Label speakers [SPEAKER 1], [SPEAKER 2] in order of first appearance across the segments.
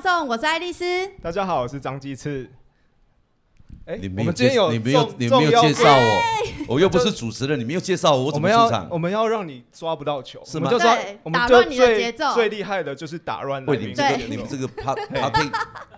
[SPEAKER 1] 众，我是爱丽丝。
[SPEAKER 2] 大家好，我是张鸡翅。哎、
[SPEAKER 3] 你没
[SPEAKER 2] 我们今
[SPEAKER 3] 介
[SPEAKER 2] 天有
[SPEAKER 3] 你没有
[SPEAKER 2] 重
[SPEAKER 3] 你没
[SPEAKER 2] 重
[SPEAKER 3] 有
[SPEAKER 2] 要
[SPEAKER 3] 介绍我，我又不是主持人，你没有介绍我，我
[SPEAKER 2] 我
[SPEAKER 3] 怎么
[SPEAKER 2] 们
[SPEAKER 3] 出
[SPEAKER 2] 要我
[SPEAKER 3] 场？
[SPEAKER 2] 们要让你抓不到球，
[SPEAKER 3] 是
[SPEAKER 2] 我们
[SPEAKER 3] 吗
[SPEAKER 2] 就抓
[SPEAKER 1] 对，
[SPEAKER 2] 我们
[SPEAKER 1] 打
[SPEAKER 2] 就
[SPEAKER 1] 乱你的
[SPEAKER 2] 最
[SPEAKER 1] 节奏
[SPEAKER 2] 最厉害的就是打乱
[SPEAKER 3] 喂，
[SPEAKER 2] 来
[SPEAKER 3] 你
[SPEAKER 2] 宾
[SPEAKER 3] 们
[SPEAKER 2] 哎
[SPEAKER 1] 对
[SPEAKER 3] 这个你们这个 pa pa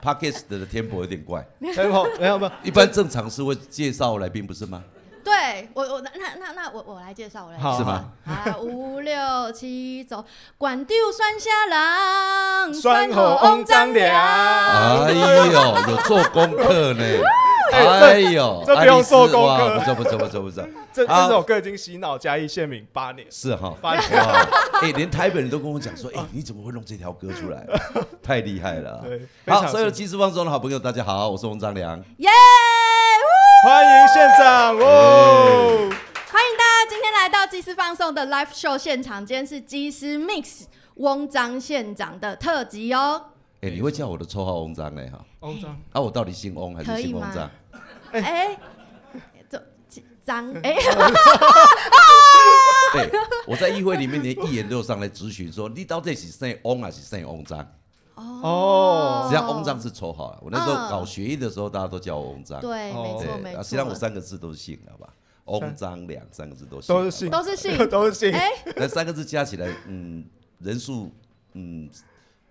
[SPEAKER 3] pocket 的 tempo 有点怪，
[SPEAKER 2] 没有没有没有，
[SPEAKER 3] 一般正常是会介绍来宾不是吗？
[SPEAKER 1] 对我我那那那那我我来介绍，我来介
[SPEAKER 2] 好
[SPEAKER 1] 绍。
[SPEAKER 3] 是吗？
[SPEAKER 1] 啊，五六七走，管丢酸虾郎，
[SPEAKER 2] 酸
[SPEAKER 1] 口
[SPEAKER 2] 口翁张良
[SPEAKER 3] 哎呦，有做功课呢，
[SPEAKER 2] 哎
[SPEAKER 3] 哎呦，
[SPEAKER 2] 这这不用做功课
[SPEAKER 3] 爱丽丝哇不错不错不错不错，
[SPEAKER 2] 这
[SPEAKER 3] 好
[SPEAKER 2] 这首歌已经洗脑嘉义县民八年，
[SPEAKER 3] 是 哈。
[SPEAKER 2] 八年。
[SPEAKER 3] 哇，哎，连台北人都跟我讲说，哎，你怎么会弄这条歌出 来？太厉害了啊
[SPEAKER 2] 对非！常
[SPEAKER 3] 好，所有
[SPEAKER 2] 是
[SPEAKER 3] 技术放松的好朋友，大家好，我是翁章良。
[SPEAKER 1] 耶！呜
[SPEAKER 2] 欢迎县长哦！
[SPEAKER 3] 哎
[SPEAKER 1] 欢迎大家今天来到祭司放送的 live show 现场，今天是祭司 mix 翁章县长的特辑哦。
[SPEAKER 3] 哎，你会叫我的绰号翁章嘞哈？
[SPEAKER 2] 翁章，
[SPEAKER 3] 啊，我到底姓翁还
[SPEAKER 1] 可
[SPEAKER 3] 是
[SPEAKER 1] 以
[SPEAKER 3] 姓翁
[SPEAKER 1] 吗
[SPEAKER 3] 章？
[SPEAKER 1] 哎，走张 哎，
[SPEAKER 2] 哦
[SPEAKER 3] 对，我在议会里面连议员都有上来咨询说，你到底是姓翁还是姓翁章？
[SPEAKER 2] 哦
[SPEAKER 1] 哦
[SPEAKER 3] 实际上翁章是绰号啊。我那时候搞学艺的时候，大家都叫我翁章。
[SPEAKER 1] 嗯对，没错
[SPEAKER 2] 哦
[SPEAKER 3] 对
[SPEAKER 1] 没
[SPEAKER 3] 啊
[SPEAKER 1] 错，
[SPEAKER 3] 实际上我三个字都是姓，好吧？翁章良三个字都姓，
[SPEAKER 2] 都是姓
[SPEAKER 1] 都是姓
[SPEAKER 2] 都是姓
[SPEAKER 1] 哎，
[SPEAKER 3] 那三个字加起来，嗯，人数，嗯，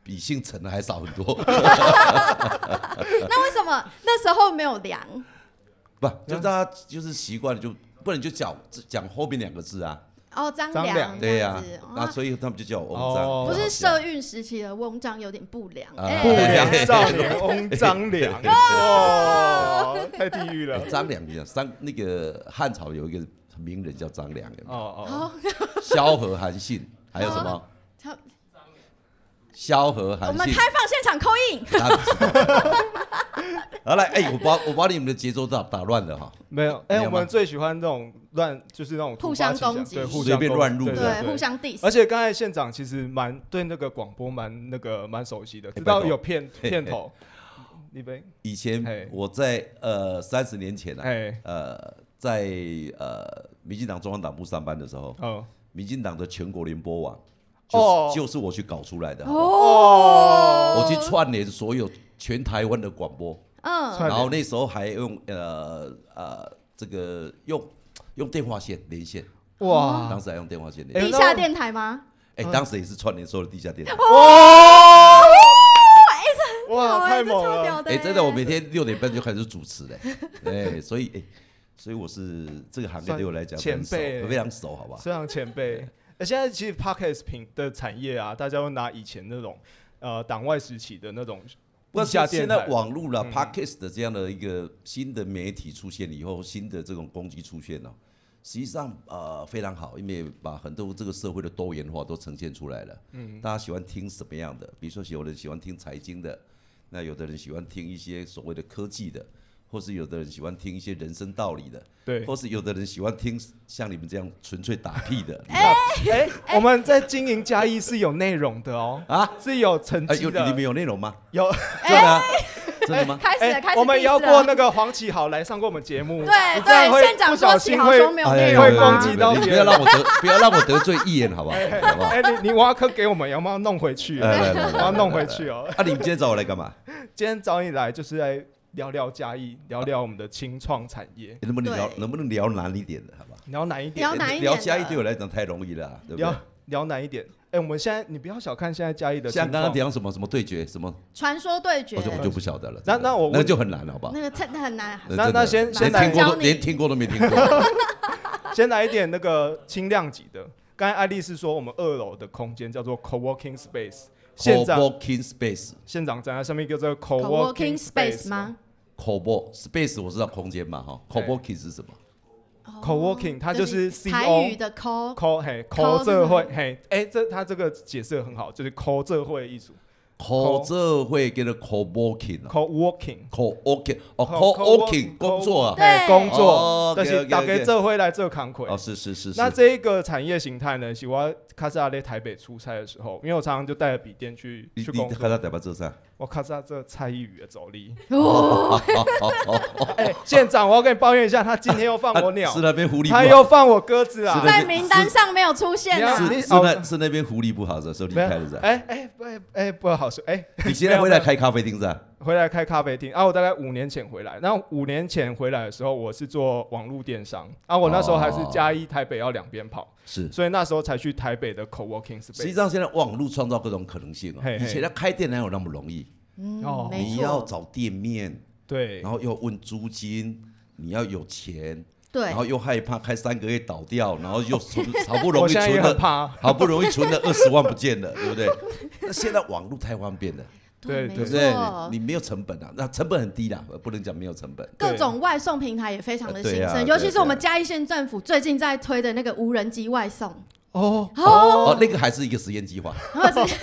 [SPEAKER 3] 比姓陈的还少很多。
[SPEAKER 1] 那为什么那时候没有量？
[SPEAKER 3] 不，就大家就是习惯了，就不然你就讲讲后面两个字啊。
[SPEAKER 1] 哦，张
[SPEAKER 2] 张
[SPEAKER 1] 良
[SPEAKER 2] 良
[SPEAKER 1] 这
[SPEAKER 3] 对呀
[SPEAKER 1] 样子，哦
[SPEAKER 3] 那所以他们就叫我翁章。
[SPEAKER 2] 哦
[SPEAKER 1] 不是社
[SPEAKER 3] 社
[SPEAKER 1] 运时期的翁章有点不良，
[SPEAKER 3] 啊
[SPEAKER 1] 哎
[SPEAKER 2] 不良
[SPEAKER 3] 哎
[SPEAKER 2] 少年翁 张良，哦，太地狱了。
[SPEAKER 3] 哎张良，你知道，张那个汉朝有一个名人叫张良，有没有
[SPEAKER 2] 哦哦，
[SPEAKER 1] 好，
[SPEAKER 3] 萧何韩信，还有什么？
[SPEAKER 1] 好
[SPEAKER 3] 萧何
[SPEAKER 1] 我
[SPEAKER 3] 韩
[SPEAKER 1] 们
[SPEAKER 3] 信。
[SPEAKER 1] 开放现场扣印，
[SPEAKER 3] 好来，哎、我把我把你们的节奏打打乱了哈，
[SPEAKER 2] 没有，
[SPEAKER 3] 没
[SPEAKER 2] 哎，
[SPEAKER 3] 有吗
[SPEAKER 2] 我们最喜欢这种乱，就是那种突发奇想
[SPEAKER 1] 互相攻击
[SPEAKER 2] 对，互
[SPEAKER 3] 随
[SPEAKER 2] 相
[SPEAKER 3] 便
[SPEAKER 2] 攻
[SPEAKER 3] 乱入
[SPEAKER 2] 对
[SPEAKER 3] 的
[SPEAKER 1] 对，互
[SPEAKER 2] 对。
[SPEAKER 1] 相 diss，
[SPEAKER 2] 而且刚才县长其实蛮对那个广播蛮那个蛮熟悉的，知道有片
[SPEAKER 3] 嘿
[SPEAKER 2] 片头，你呗，
[SPEAKER 3] 以前
[SPEAKER 2] 嘿
[SPEAKER 3] 我在呃三十年前啊，
[SPEAKER 2] 哎，
[SPEAKER 3] 呃，在呃民进党中央党部上班的时候，
[SPEAKER 2] 哦
[SPEAKER 3] 民进党的全国联播网，就是、
[SPEAKER 2] 哦
[SPEAKER 3] 就是我去搞出来的，
[SPEAKER 1] 哦
[SPEAKER 3] 我去，串联所有全台湾的广播，
[SPEAKER 1] 嗯，
[SPEAKER 2] 串联
[SPEAKER 3] 然后那时候还用呃呃这个用用电话线连线，
[SPEAKER 2] 哇
[SPEAKER 3] 当时还用电话线连
[SPEAKER 2] 哎
[SPEAKER 3] 线，
[SPEAKER 1] 地下电台吗？
[SPEAKER 3] 哎、
[SPEAKER 2] 啊
[SPEAKER 3] 当时也是串联所有的地下电台。
[SPEAKER 2] 哇
[SPEAKER 1] 好
[SPEAKER 2] 哇，
[SPEAKER 1] 哎
[SPEAKER 2] 太
[SPEAKER 1] 这
[SPEAKER 2] 猛
[SPEAKER 1] 超
[SPEAKER 2] 了！
[SPEAKER 1] 屌的
[SPEAKER 3] 哎、
[SPEAKER 1] 哎，
[SPEAKER 3] 真的，我每天六点半就开始主持嘞、哎，所以哎、所以我是这个行业
[SPEAKER 2] 算
[SPEAKER 3] 对我来讲
[SPEAKER 2] 前
[SPEAKER 3] 很熟
[SPEAKER 2] 辈
[SPEAKER 3] 非常熟，好吧？
[SPEAKER 2] 非常前辈。那现在其实 podcast 品的产业啊，大家会拿以前那种呃党外时期的那种
[SPEAKER 3] 不
[SPEAKER 2] 地
[SPEAKER 3] 过
[SPEAKER 2] 下电
[SPEAKER 3] 现现
[SPEAKER 2] 台
[SPEAKER 3] 在，网络啦、
[SPEAKER 2] 嗯
[SPEAKER 3] p o d c a s t 的这样的一个新的媒体出现以后，新的这种工具出现了、哦实际上呃非常好，因为把很多这个社会的多元化都呈现出来了。嗯，大家喜欢听什么样的？比如说有人喜欢听财经的，那有的人喜欢听一些所谓的科技的，或是有的人喜欢听一些人生道理的，
[SPEAKER 2] 对，
[SPEAKER 3] 或是有的人喜欢听像你们这样纯粹打屁的。你知道吗
[SPEAKER 2] 哎哎，我们在经营嘉义是有内容的哦，
[SPEAKER 3] 啊，
[SPEAKER 2] 是有成
[SPEAKER 3] 哎，
[SPEAKER 2] 绩
[SPEAKER 3] 有你们
[SPEAKER 2] 的，哎
[SPEAKER 3] 有内容吗？
[SPEAKER 2] 有
[SPEAKER 3] 真的啊？真的吗？
[SPEAKER 1] 开始了，
[SPEAKER 2] 哎
[SPEAKER 1] 开始，
[SPEAKER 2] 我们邀过那，个黄启豪来上过我们节目，
[SPEAKER 1] 对
[SPEAKER 2] 你这样
[SPEAKER 1] 对，
[SPEAKER 2] 会
[SPEAKER 1] 县长
[SPEAKER 2] 不
[SPEAKER 1] 说
[SPEAKER 2] 小
[SPEAKER 1] 起
[SPEAKER 2] 心
[SPEAKER 1] 好
[SPEAKER 2] 会哎
[SPEAKER 1] 说没有内
[SPEAKER 3] 哎呀
[SPEAKER 1] 容啊
[SPEAKER 2] 会
[SPEAKER 1] 吗
[SPEAKER 2] 攻？击到
[SPEAKER 3] 你
[SPEAKER 2] 别
[SPEAKER 3] 不要
[SPEAKER 2] 人
[SPEAKER 3] 让我得， 不要让我得罪议员，好不好？好不好？
[SPEAKER 2] 哎，你你挖坑给我们，要不要弄回去？
[SPEAKER 3] 来来来来
[SPEAKER 2] 我要弄回去哦。
[SPEAKER 3] 啊，你们今天找我来干嘛？
[SPEAKER 2] 今天找你来就是来聊聊嘉义，聊聊我们的清创产业，
[SPEAKER 3] 能不能聊
[SPEAKER 1] 对？
[SPEAKER 3] 能不能聊难一点的，好吧？
[SPEAKER 2] 你要难一
[SPEAKER 1] 聊
[SPEAKER 2] 点，
[SPEAKER 1] 难一点的
[SPEAKER 3] 聊嘉义对我来讲太容易了啊，对不
[SPEAKER 2] 聊
[SPEAKER 3] 对？
[SPEAKER 2] 聊难一点。哎，我们现在你不要小看现在嘉义的清
[SPEAKER 3] 像
[SPEAKER 2] 创，
[SPEAKER 3] 刚刚讲什么什么对决什么，
[SPEAKER 1] 传说对决
[SPEAKER 3] 我，就我就不晓得了。
[SPEAKER 2] 那
[SPEAKER 3] 这个
[SPEAKER 2] 那我
[SPEAKER 3] 那个就很难，好不好？
[SPEAKER 1] 那个真的很难，
[SPEAKER 3] 真
[SPEAKER 2] 那
[SPEAKER 3] 的
[SPEAKER 2] 那先
[SPEAKER 3] 连
[SPEAKER 2] 先来
[SPEAKER 3] 听过
[SPEAKER 1] 教
[SPEAKER 3] 都
[SPEAKER 1] 你
[SPEAKER 3] 连听过都没听 过。
[SPEAKER 2] 先来一点那个轻量级的。刚才爱丽是说我们二楼的空间叫做 co-working space，县长
[SPEAKER 3] Co-working space，co
[SPEAKER 2] 县长站在上面一个叫做
[SPEAKER 1] Co-working
[SPEAKER 2] co-working
[SPEAKER 1] space 吗？
[SPEAKER 3] work space 我知道空间嘛哈
[SPEAKER 2] 对
[SPEAKER 3] ，co-working 是什么？
[SPEAKER 1] 哦
[SPEAKER 2] Co-working，它就是
[SPEAKER 1] 台
[SPEAKER 2] CO
[SPEAKER 1] 语的 co，
[SPEAKER 2] ？co 嘿
[SPEAKER 1] Co-
[SPEAKER 2] co 社会嘿，哎、这他这个解释得很好，就是 co 社会艺术
[SPEAKER 3] co 这会叫做 co-working 啊
[SPEAKER 2] co working
[SPEAKER 3] ，co-working 哦
[SPEAKER 2] Co- co-working
[SPEAKER 3] ，co-working 工作啊，
[SPEAKER 1] 对
[SPEAKER 2] 嘿工作、
[SPEAKER 3] 哦 OK，
[SPEAKER 2] 但是
[SPEAKER 3] OK，OK
[SPEAKER 2] 大家这回来这扛魁。
[SPEAKER 3] 哦，是是是是，
[SPEAKER 2] 那这一个产业形态呢，是我卡萨在台北出差的时候，因为我常常就带着笔电去
[SPEAKER 3] 你
[SPEAKER 2] 去
[SPEAKER 3] 你
[SPEAKER 2] 工
[SPEAKER 3] 看
[SPEAKER 2] 作。
[SPEAKER 3] 他台北做 啥？
[SPEAKER 2] 我卡萨这蔡依宇的走力，
[SPEAKER 1] 哦，
[SPEAKER 2] 哎、县长，我要跟你抱怨一下，他今天 又放我鸟
[SPEAKER 3] 啊 是，那边狐狸不
[SPEAKER 2] 他
[SPEAKER 3] 好，
[SPEAKER 2] 又放我鸽子啊
[SPEAKER 3] 是！
[SPEAKER 1] 在名单上没有出现
[SPEAKER 2] 你要
[SPEAKER 1] 啊
[SPEAKER 2] 你。哦
[SPEAKER 3] 是那是那边狐狸不好的时候离
[SPEAKER 2] 没有
[SPEAKER 3] 开了是吧？
[SPEAKER 2] 哎哎不哎哎不好说，哎、
[SPEAKER 3] 你现在回来开咖啡厅是吧？
[SPEAKER 2] 回来开咖啡厅啊！我大概五年前回来，然后五年前回来的时候，我是做网络电商啊，我那时候还是
[SPEAKER 3] 哦
[SPEAKER 2] 嘉义、台北要两边跑，
[SPEAKER 3] 是。
[SPEAKER 2] 所以那时候才去台北的 co-working
[SPEAKER 3] 实际
[SPEAKER 2] space。
[SPEAKER 3] 上，现在网络创造各种可能性哦。
[SPEAKER 2] 嘿嘿
[SPEAKER 3] 以前要开店哪有那么容易？
[SPEAKER 1] 嗯
[SPEAKER 2] 哦，
[SPEAKER 1] 没
[SPEAKER 3] 你要
[SPEAKER 1] 错，
[SPEAKER 3] 找店面，
[SPEAKER 2] 对
[SPEAKER 3] 然，后又问租金，你要有钱，
[SPEAKER 1] 对
[SPEAKER 3] 然，后又害怕开三个月倒 掉，然后又存好不容
[SPEAKER 2] 我
[SPEAKER 3] 易
[SPEAKER 2] 现在
[SPEAKER 3] 存
[SPEAKER 2] 也很
[SPEAKER 3] 了，
[SPEAKER 2] 怕，
[SPEAKER 3] 好不容易存了二十万不见了，对不 对？那现在网络太方便了，
[SPEAKER 2] 对
[SPEAKER 1] 没
[SPEAKER 3] 对不
[SPEAKER 1] 错
[SPEAKER 3] 对？你没有成本啊，那成本很低啦，呃不能讲没有成本。
[SPEAKER 1] 各种外送平台也非常的兴
[SPEAKER 3] 对啊对
[SPEAKER 1] 盛，
[SPEAKER 3] 啊
[SPEAKER 1] 尤其是我们嘉义县政府最近在推的那个无人机外送，
[SPEAKER 2] 哦，
[SPEAKER 3] 哦，那个还是一个实验计划，
[SPEAKER 1] 或者是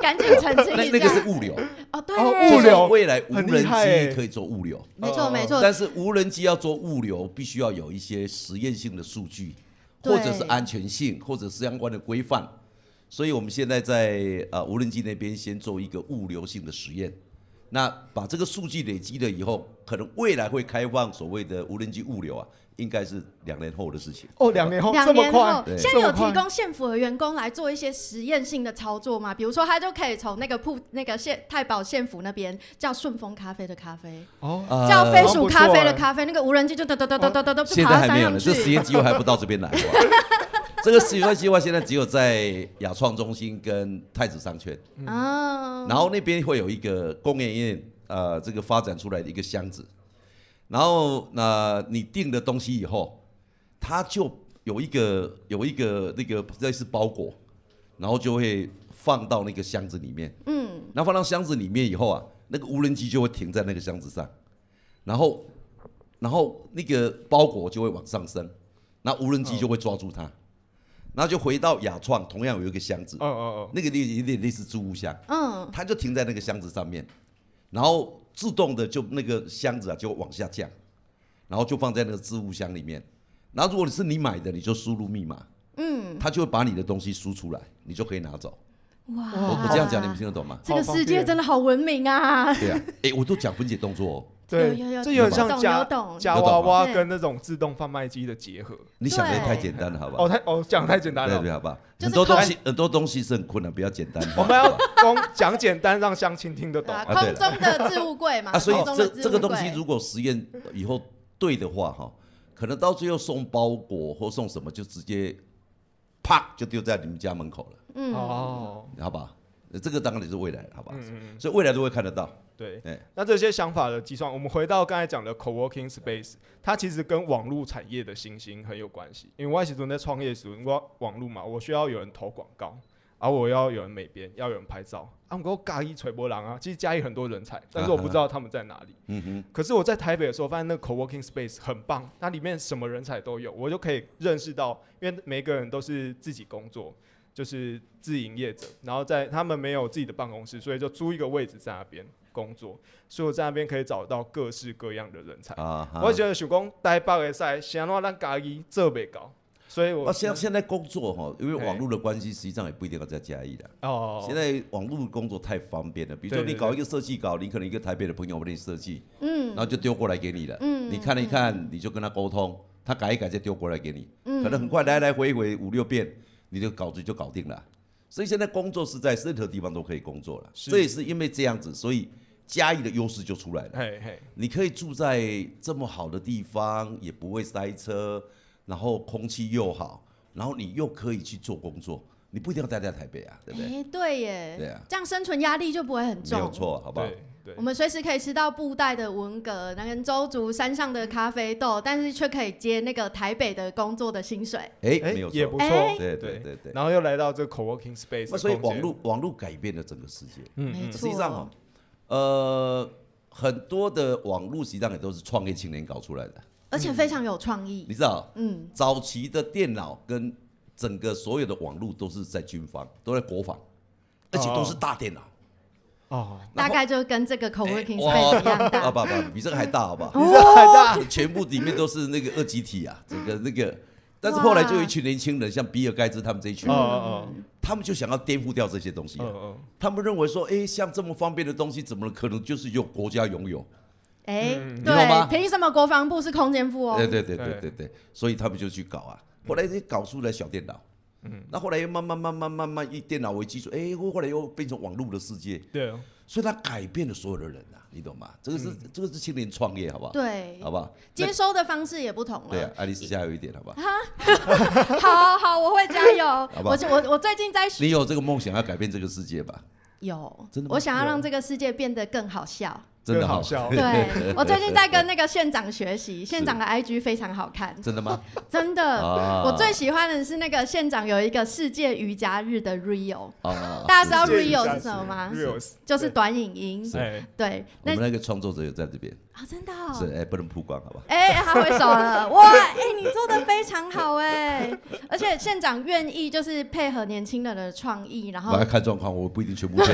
[SPEAKER 1] 赶紧澄清
[SPEAKER 3] 那
[SPEAKER 1] 一
[SPEAKER 3] 那个是
[SPEAKER 1] 下。
[SPEAKER 3] 物流，
[SPEAKER 1] 哦，
[SPEAKER 2] 哦
[SPEAKER 1] 对，
[SPEAKER 2] 物流
[SPEAKER 3] 就是未来无
[SPEAKER 2] 很厉
[SPEAKER 3] 人
[SPEAKER 2] 害欸
[SPEAKER 3] 机可以做物流，
[SPEAKER 1] 没错
[SPEAKER 2] 哦
[SPEAKER 1] 没错，
[SPEAKER 3] 但是无人机要做物流，必须要有一些实验性的数据，
[SPEAKER 1] 对
[SPEAKER 3] 或者是安全性，或者是相关的规范。所以我们现在在呃无人机那边先做一个物流性的实验，那把这个数据累积了以后，可能未来会开放所谓的无人机物流啊，应该是两年后的事情。
[SPEAKER 2] 哦，两年后
[SPEAKER 1] 两
[SPEAKER 2] 这么
[SPEAKER 1] 年后
[SPEAKER 2] 快，，
[SPEAKER 3] 对
[SPEAKER 1] 现在有
[SPEAKER 2] 这么
[SPEAKER 1] 提
[SPEAKER 2] 快
[SPEAKER 1] 供县府的员工来做一些实验性的操作吗？比如说，他就可以从那个铺那个县太保县府那边叫顺丰咖啡的咖啡，
[SPEAKER 2] 哦，
[SPEAKER 3] 呃
[SPEAKER 1] 叫飞
[SPEAKER 2] 好像
[SPEAKER 1] 鼠
[SPEAKER 2] 不错
[SPEAKER 1] 咖啡的
[SPEAKER 2] 欸
[SPEAKER 1] 咖啡，那个无人机就哒哒哒哒哒哒哒
[SPEAKER 3] 现
[SPEAKER 1] 跑
[SPEAKER 3] 在
[SPEAKER 1] 到
[SPEAKER 3] 还
[SPEAKER 1] 山
[SPEAKER 3] 没有呢，
[SPEAKER 1] 上
[SPEAKER 3] 这实
[SPEAKER 1] 去。
[SPEAKER 3] 验计划还不到这边来。好不好 这个实验计划现在只有在亚创中心跟太子商圈，
[SPEAKER 1] 啊，
[SPEAKER 3] 然后那边会有一个工研院呃这个发展出来的一个箱子，然后那、呃你订了东西以后，它就有一个有一个那个类似包裹，然后就会放到那个箱子里面。
[SPEAKER 1] 嗯，
[SPEAKER 3] 那放到箱子里面以后啊，那个无人机就会停在那个箱子上，然后，然后那个包裹就会往上升，那无人机就会抓住它，然后就回到雅创，同样有一个箱子，
[SPEAKER 2] 哦哦哦，
[SPEAKER 3] 那个类有点类似置物箱，
[SPEAKER 1] 嗯，
[SPEAKER 3] 它就停在那个箱子上面，然后自动的就那个箱子啊就往下降，然后就放在那个置物箱里面，然后如果是你买的，你就输入密码，嗯，它就会把你的东西输出来，你就可以拿走。
[SPEAKER 1] 哇，
[SPEAKER 3] 我我这样讲你们听得懂吗？
[SPEAKER 1] 这个世
[SPEAKER 2] 好
[SPEAKER 1] 界
[SPEAKER 2] 方便
[SPEAKER 1] 真的好文明啊！
[SPEAKER 3] 对啊，哎、我都讲分解动作、哦，
[SPEAKER 2] 对
[SPEAKER 1] 有有有，
[SPEAKER 2] 这有
[SPEAKER 1] 有
[SPEAKER 2] 点像
[SPEAKER 1] 懂
[SPEAKER 2] 夹
[SPEAKER 1] 有懂
[SPEAKER 2] 夹
[SPEAKER 3] 有懂
[SPEAKER 2] 娃娃
[SPEAKER 1] 对
[SPEAKER 2] 跟那种自动贩卖机的结合。
[SPEAKER 3] 你想的
[SPEAKER 1] 对
[SPEAKER 3] 太简单了，好不
[SPEAKER 2] 哦，
[SPEAKER 3] 好？
[SPEAKER 2] 太哦讲得太简单
[SPEAKER 3] 对
[SPEAKER 2] 了
[SPEAKER 3] 对，，好不好？
[SPEAKER 1] 就是
[SPEAKER 3] 很多
[SPEAKER 1] 靠
[SPEAKER 3] 东西很多东西是很困难，比较简 单化。
[SPEAKER 2] 我们
[SPEAKER 3] 好
[SPEAKER 2] 要
[SPEAKER 3] 不好
[SPEAKER 2] 公讲简单，让乡亲听得懂。
[SPEAKER 1] 啊，
[SPEAKER 3] 啊对
[SPEAKER 1] 空
[SPEAKER 3] 了
[SPEAKER 1] 中的置物柜嘛，
[SPEAKER 3] 啊，所以
[SPEAKER 1] 空中
[SPEAKER 3] 这
[SPEAKER 1] 的置
[SPEAKER 3] 这个
[SPEAKER 1] 物
[SPEAKER 3] 东
[SPEAKER 1] 柜
[SPEAKER 3] 西如果实验以后对的话，哈，可能到最后送包裹或送什么，就直接啪就丢在你们家门口了，
[SPEAKER 1] 嗯，
[SPEAKER 2] 哦，
[SPEAKER 3] 好吧？这个当然是未来，好吧？
[SPEAKER 2] 嗯嗯
[SPEAKER 3] 所以未来都会看得到。
[SPEAKER 2] 对
[SPEAKER 3] 哎。
[SPEAKER 2] 那这些想法的计算，我们回到刚才讲的 co-working space，它其实跟网络产业的新兴很有关系。因为我其实在创业的时候，我网络嘛，我需要有人投广告，而、我要有人美编，要有人拍照。啊，我尬一锤波浪啊，其实嘉义很多人才，但是我不知道他们在哪里。
[SPEAKER 3] 嗯哼，
[SPEAKER 2] 可是我在台北的时候，发现那个 co-working space 很棒，它里面什么人才都有，我就可以认识到，因为每个人都是自己工作，就是自营业者，然后在他们没有自己的办公室，所以就租一个位置在那边工作，所以我在那边可以找到各式各样的人才。
[SPEAKER 3] 啊，哈
[SPEAKER 2] 我觉得想讲台北的赛，想让咱家己做袂到，所以我、
[SPEAKER 3] 啊，现现在工作哈，因为
[SPEAKER 2] 嘿
[SPEAKER 3] 网络的关
[SPEAKER 2] 嗯
[SPEAKER 3] 系，实际上也不一定要在嘉义的。
[SPEAKER 2] 哦，
[SPEAKER 3] 现在网络工作太方便了，比如说
[SPEAKER 2] 对对
[SPEAKER 3] 你搞一个设计稿，你可能一个台北的朋友帮你设计，
[SPEAKER 1] 嗯
[SPEAKER 3] 然后就丢过来给你了，
[SPEAKER 1] 嗯
[SPEAKER 3] 你看了一看，你就跟他沟通，他改一改再丢过来给你，
[SPEAKER 1] 嗯
[SPEAKER 3] 可能很快来来回回五六遍，你的稿子就搞定了。所以现在工作是在任何地方都可以工作了，
[SPEAKER 2] 是
[SPEAKER 3] 这也是因为这样子，所以嘉义的优势就出来了。
[SPEAKER 2] 嘿嘿，
[SPEAKER 3] 你可以住在这么好的地方，也不会塞车，然后空气又好，然后你又可以去做工作，你不一定要待在台北啊，对不对？
[SPEAKER 1] 哎，对耶，
[SPEAKER 3] 对啊
[SPEAKER 1] 这样生存压力就不会很
[SPEAKER 3] 没
[SPEAKER 1] 重，
[SPEAKER 3] 有错，好不好？
[SPEAKER 2] 对对
[SPEAKER 1] 我。们随时可以吃到布袋的文蛤，那跟周族山上的咖啡豆，但是却可以接那个台北的工作的薪水。
[SPEAKER 3] 哎、
[SPEAKER 2] 哎
[SPEAKER 3] 没有，错，
[SPEAKER 2] 也不错，
[SPEAKER 1] 哎
[SPEAKER 3] 对对对对
[SPEAKER 2] 然后又来到这个 co-working space，
[SPEAKER 3] 那所以
[SPEAKER 2] 的空间
[SPEAKER 3] 网络网络改变了整个世界。
[SPEAKER 2] 嗯
[SPEAKER 1] 没
[SPEAKER 3] 实
[SPEAKER 1] 错，
[SPEAKER 3] 际上哦，呃，很多的网络实际上也都是创业青年搞出来的。
[SPEAKER 1] 而且非常有创意
[SPEAKER 3] 你。知道，
[SPEAKER 1] 嗯，
[SPEAKER 3] 早期的电脑跟整个所有的网络都是在军方，都在国防，而且都是大电脑。
[SPEAKER 2] 哦，
[SPEAKER 1] 大概就跟这个
[SPEAKER 3] 哎
[SPEAKER 1] coworking
[SPEAKER 3] 哇
[SPEAKER 1] space 一 样哦
[SPEAKER 3] 啊
[SPEAKER 1] 大。
[SPEAKER 3] 不不，比这个还大好不好？
[SPEAKER 2] 你这海大，
[SPEAKER 3] 全部里面都是那个二级体啊，整个那个。但是后来就有一群年轻人，像比尔盖茨他们这一群
[SPEAKER 2] 哦，哦
[SPEAKER 3] 他们就想要颠覆掉这些东
[SPEAKER 2] 哦
[SPEAKER 3] 嗯西啊、
[SPEAKER 2] 哦
[SPEAKER 3] 他们认为说，哎，像这么方便的东西，怎么可能就是由国家拥有？
[SPEAKER 1] 哎，
[SPEAKER 2] 嗯
[SPEAKER 3] 你懂吗
[SPEAKER 1] 对，凭什么国防部是空间部哦？
[SPEAKER 3] 对对对对
[SPEAKER 2] 对
[SPEAKER 3] 对对，所以他们就去搞啊，后来就搞出来小电脑，嗯，那后来又慢慢慢慢慢慢以电脑为基础，哎，后来又变成网络的世界
[SPEAKER 2] 哦，，对哦，
[SPEAKER 3] 所以它改变了所有的人啊，你懂吗？这个是、这个是青年创业，好不好？
[SPEAKER 1] 对
[SPEAKER 3] 好不好？那
[SPEAKER 1] 接收的方式也不同
[SPEAKER 3] 哦对啊
[SPEAKER 1] 了。，
[SPEAKER 3] 爱丽丝加油一点，好不好？
[SPEAKER 1] 好好，我会加油。
[SPEAKER 3] 不好
[SPEAKER 1] 我我我最近在学
[SPEAKER 3] 你有这个梦想要改变这个世界吧？
[SPEAKER 1] 有
[SPEAKER 3] 真的，吗
[SPEAKER 1] 我想要
[SPEAKER 2] 有
[SPEAKER 1] 让这个世界变得更好笑。
[SPEAKER 3] 真的
[SPEAKER 2] 更
[SPEAKER 3] 好
[SPEAKER 2] 好笑
[SPEAKER 1] 对，我最近在跟那个县长学习，县长的 IG 非常好 看，
[SPEAKER 3] 真的吗？
[SPEAKER 1] 真的。
[SPEAKER 3] 啊
[SPEAKER 1] 我最喜欢的是那个县长有一个世界瑜伽日的 Rio，
[SPEAKER 3] 啊，
[SPEAKER 1] 大家知道
[SPEAKER 2] 世界瑜伽
[SPEAKER 1] Rio
[SPEAKER 2] 日
[SPEAKER 1] 是什么吗？
[SPEAKER 2] Reels，
[SPEAKER 1] 就是
[SPEAKER 2] 对
[SPEAKER 1] 短影音。
[SPEAKER 2] 哎，
[SPEAKER 1] 对，
[SPEAKER 3] 我
[SPEAKER 1] 那
[SPEAKER 3] 们那个创作者有在这边，
[SPEAKER 1] 啊，真的哦。
[SPEAKER 3] 是哎，不能曝光，好吧？
[SPEAKER 1] 哎、他挥手 了，哇！哎、你做的非常好哎、而且县长愿意就是配合年轻人的创意，然
[SPEAKER 3] 我
[SPEAKER 1] 后
[SPEAKER 3] 要看状况，我不一定全部 会。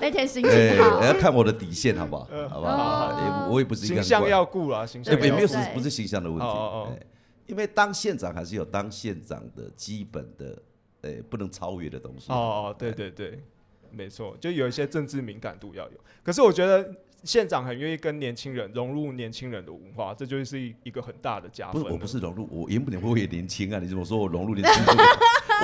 [SPEAKER 1] 那天心
[SPEAKER 3] 哎，
[SPEAKER 1] 情好
[SPEAKER 3] 我，要看我的底线，好不好？好不好？也我也不是一个
[SPEAKER 2] 嗯形
[SPEAKER 3] 很
[SPEAKER 2] 象
[SPEAKER 3] 怪
[SPEAKER 2] 要顾啦，形象
[SPEAKER 3] 也
[SPEAKER 2] 要
[SPEAKER 1] 对
[SPEAKER 3] 也没有
[SPEAKER 2] 顾
[SPEAKER 3] 是
[SPEAKER 1] 对
[SPEAKER 3] 不是形象的问题，
[SPEAKER 2] 哦哦哦
[SPEAKER 3] 哎因为当县长还是有当县长的基本的，呃，不能超越的东西。
[SPEAKER 2] 哦哦，对对对，没错，就有一些政治敏感度要有。可是我觉得县长很愿意跟年轻人融入年轻人的文化，这就是一个很大的加
[SPEAKER 3] 不
[SPEAKER 2] 分啊
[SPEAKER 3] 是，
[SPEAKER 2] 了。
[SPEAKER 3] 我不是融入，我原本也会也年轻啊！你怎么说我融入 年轻？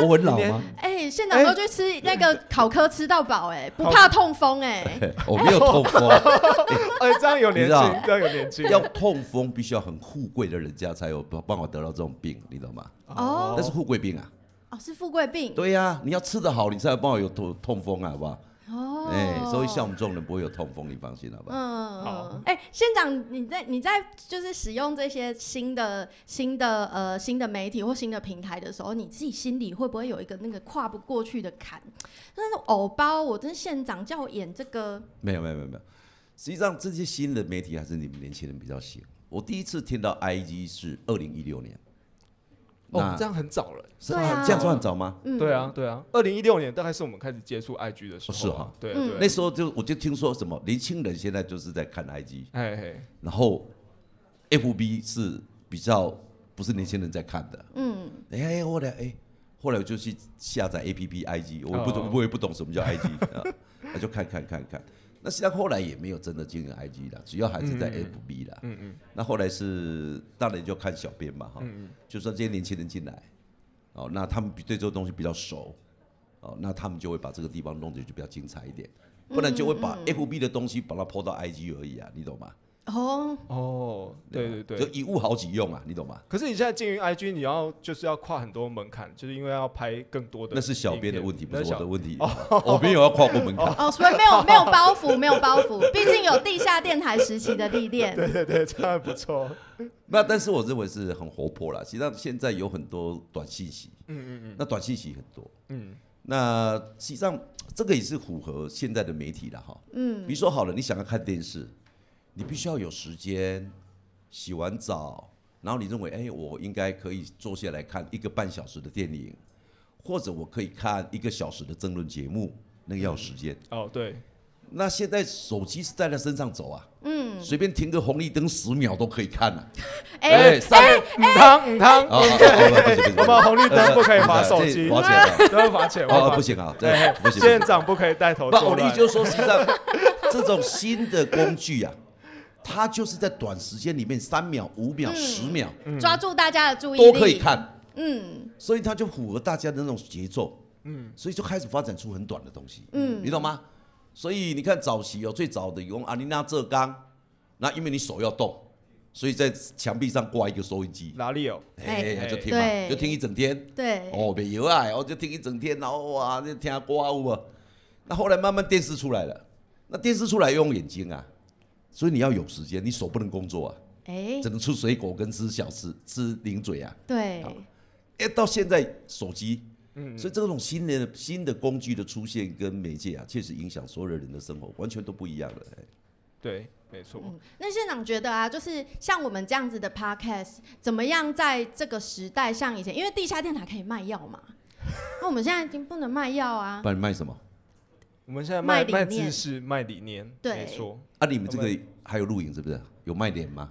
[SPEAKER 3] 我很老吗？
[SPEAKER 1] 哎、县长都去吃那个
[SPEAKER 3] 嗯
[SPEAKER 1] 烤科吃到饱哎、不怕痛风哎、
[SPEAKER 3] 我没有痛风，
[SPEAKER 2] 哎，这样有年
[SPEAKER 3] 你知道
[SPEAKER 2] 轻，这样有年轻。
[SPEAKER 3] 要痛风必须要很富贵的人家才有办法得到这种病，你懂吗？
[SPEAKER 1] 哦
[SPEAKER 3] 那是富贵病啊！
[SPEAKER 1] 哦，是富贵病
[SPEAKER 3] 对呀、你要吃得好，你才有办法有痛痛风啊，好不好？
[SPEAKER 1] 哦，
[SPEAKER 3] 哎、所以像我们这种人不会有痛风，你放心，好不好？
[SPEAKER 1] 嗯，
[SPEAKER 2] 好
[SPEAKER 1] 嗯哎、县长，你在你在就是使用这些新的新的呃新的媒体或新的平台的时候，你自己心里会不会有一个那个跨不过去的坎？但是偶包，我真县长叫我演这个，
[SPEAKER 3] 没有没有没有没有，实际上这些新的媒体还是你们年轻人比较喜欢。我第一次听到 IG 是二零一六年，
[SPEAKER 2] 哦，这样很早了。
[SPEAKER 3] 是
[SPEAKER 1] 对啊
[SPEAKER 3] 这样算很早吗？
[SPEAKER 1] 嗯，
[SPEAKER 2] 对啊，对啊，二零一六年大概是我们开始接触 IG 的时候啊，
[SPEAKER 3] 哦是哈
[SPEAKER 2] 对
[SPEAKER 1] 嗯
[SPEAKER 2] 对
[SPEAKER 3] 那，时候就我就听说什么年轻人现在就是在看 IG，
[SPEAKER 2] 哎嘿，
[SPEAKER 3] 然后 FB 是比较不是年轻人在看的。
[SPEAKER 1] 嗯，
[SPEAKER 3] 哎、哎后来哎、后来我就去下载 APP IG，我也不懂、
[SPEAKER 2] 哦
[SPEAKER 3] 我也不懂什么叫 IG 啊，那就看看看看。那实际上后来也没有真的经营 IG 啦，主要还是在 FB 啦。
[SPEAKER 2] 嗯嗯，
[SPEAKER 3] 那后来是当然就看小编嘛哈，
[SPEAKER 2] 嗯
[SPEAKER 3] 就算这些年轻人进来，哦，那他们比对这个东西比较熟，哦，那他们就会把这个地方弄得就比较精彩一点，不然就会把 FB 的东西把它抛到 IG 而已啊，你懂吗？
[SPEAKER 1] 哦，
[SPEAKER 2] 哦，对对
[SPEAKER 3] 就
[SPEAKER 2] 对。
[SPEAKER 3] 一物好几用啊，你懂吗？
[SPEAKER 2] 可是你现在经营 IG，你要就是要跨很多门槛，就是因为要拍更多的。
[SPEAKER 3] 那是小编的问题，不是我的问题。 我
[SPEAKER 2] 哦
[SPEAKER 3] 没有要跨过门槛，
[SPEAKER 1] 哦，所以没有没有包袱，没有包 袱，毕竟有地下电台时期的历练，
[SPEAKER 2] 对对对，这样不错。
[SPEAKER 3] 那但是我认为是很活泼啦。实际上现在有很多短信息，
[SPEAKER 2] 嗯嗯
[SPEAKER 3] 那短信息很多，
[SPEAKER 2] 嗯
[SPEAKER 3] 那实际上这个也是符合现在的媒体了哈。
[SPEAKER 1] 嗯，
[SPEAKER 3] 比如说好了，你想要看电视，你必须要有时间，洗完澡，然后你认为，哎、我应该可以坐下来看一个半小时的电影，或者我可以看一个小时的争论节目，那个要有时间。
[SPEAKER 2] 嗯，哦对，
[SPEAKER 3] 那现在手机是带在身上走啊，
[SPEAKER 1] 嗯，
[SPEAKER 3] 随便停个红绿灯十秒都可以看啊。
[SPEAKER 1] 哎、
[SPEAKER 3] 三个
[SPEAKER 2] 嗯汤嗯汤，
[SPEAKER 3] 啊，啊啊不行不行不行
[SPEAKER 2] 我们红绿灯不可以
[SPEAKER 3] 呃
[SPEAKER 2] 划手
[SPEAKER 3] 这
[SPEAKER 2] 机，
[SPEAKER 3] 划起来了
[SPEAKER 2] 都要罚
[SPEAKER 1] 哎
[SPEAKER 2] 钱，
[SPEAKER 3] 哦
[SPEAKER 2] 罚
[SPEAKER 3] 不行啊，这
[SPEAKER 2] 对
[SPEAKER 3] 不行。不行
[SPEAKER 2] 县长不可以带头
[SPEAKER 3] 不，
[SPEAKER 2] 作
[SPEAKER 3] 我的意
[SPEAKER 2] 乱
[SPEAKER 3] 思。就是说，实际上这种新的工具啊，它就是在短时间里面，三秒、五
[SPEAKER 1] 嗯
[SPEAKER 3] 秒、十秒
[SPEAKER 1] 抓住大家的注意力，
[SPEAKER 3] 都可以，看，
[SPEAKER 1] 嗯
[SPEAKER 3] 所以它就符合大家的那种节奏。嗯，所以就开始发展出很短的东西。嗯，你懂吗？所以你看早期哦，最早的用阿丽娜浙钢，那因为你手要动，所以在墙壁上挂一个收音机，
[SPEAKER 2] 哪里有？
[SPEAKER 3] 哎、
[SPEAKER 2] 哎
[SPEAKER 3] 就听
[SPEAKER 1] 对
[SPEAKER 3] 嘛，
[SPEAKER 1] 哎
[SPEAKER 3] 就听一整天。
[SPEAKER 1] 对，
[SPEAKER 3] 哦，没有啊，我就听一整天，然后哇，就听歌舞啊。那后来慢慢电视出来了，那电视出来用眼睛啊，所以你要有时间，你手不能工作啊，
[SPEAKER 1] 哎、
[SPEAKER 3] 只能吃水果跟吃小吃、吃零嘴啊。
[SPEAKER 1] 对，
[SPEAKER 3] 哎，到现在手机，
[SPEAKER 2] 嗯
[SPEAKER 3] 所以这种新的新的工具的出现跟媒介啊，确实影响所有人的生活，完全都不一样了。哎
[SPEAKER 2] 对，没错。
[SPEAKER 1] 嗯，那县长觉得啊，就是像我们这样子的 podcast，怎么样在这个时代，像以前，因为地下电台可以卖药嘛，那我们现在已经不能卖药啊
[SPEAKER 3] 不。然你卖什么？
[SPEAKER 2] 我我们现在
[SPEAKER 1] 卖
[SPEAKER 2] 卖
[SPEAKER 1] 理
[SPEAKER 2] 卖
[SPEAKER 1] 念
[SPEAKER 2] 知识、卖理念，
[SPEAKER 1] 对
[SPEAKER 2] 没错。
[SPEAKER 3] 啊，你们这
[SPEAKER 2] 我
[SPEAKER 3] 个还有录影是不是？有卖点吗？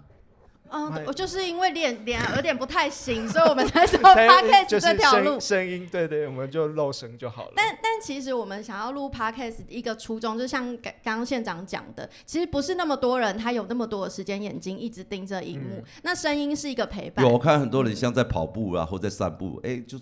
[SPEAKER 1] 嗯，
[SPEAKER 2] 卖
[SPEAKER 1] 我就是因为脸脸有点不太行，所以我们 才走 p o d c a
[SPEAKER 2] 但
[SPEAKER 1] s
[SPEAKER 2] 就是
[SPEAKER 1] t 这条路
[SPEAKER 2] 声。声音，对对，我们就露声就好了。
[SPEAKER 1] 但但其实我们想要录 podcast 一个初衷，就像刚刚刚县长讲的，其实不是那么多人他有那么多的时间眼睛一直盯着荧幕，那声音是一个陪伴
[SPEAKER 3] 嗯有，。我看很多人像在跑步啊，或在散步，哎、就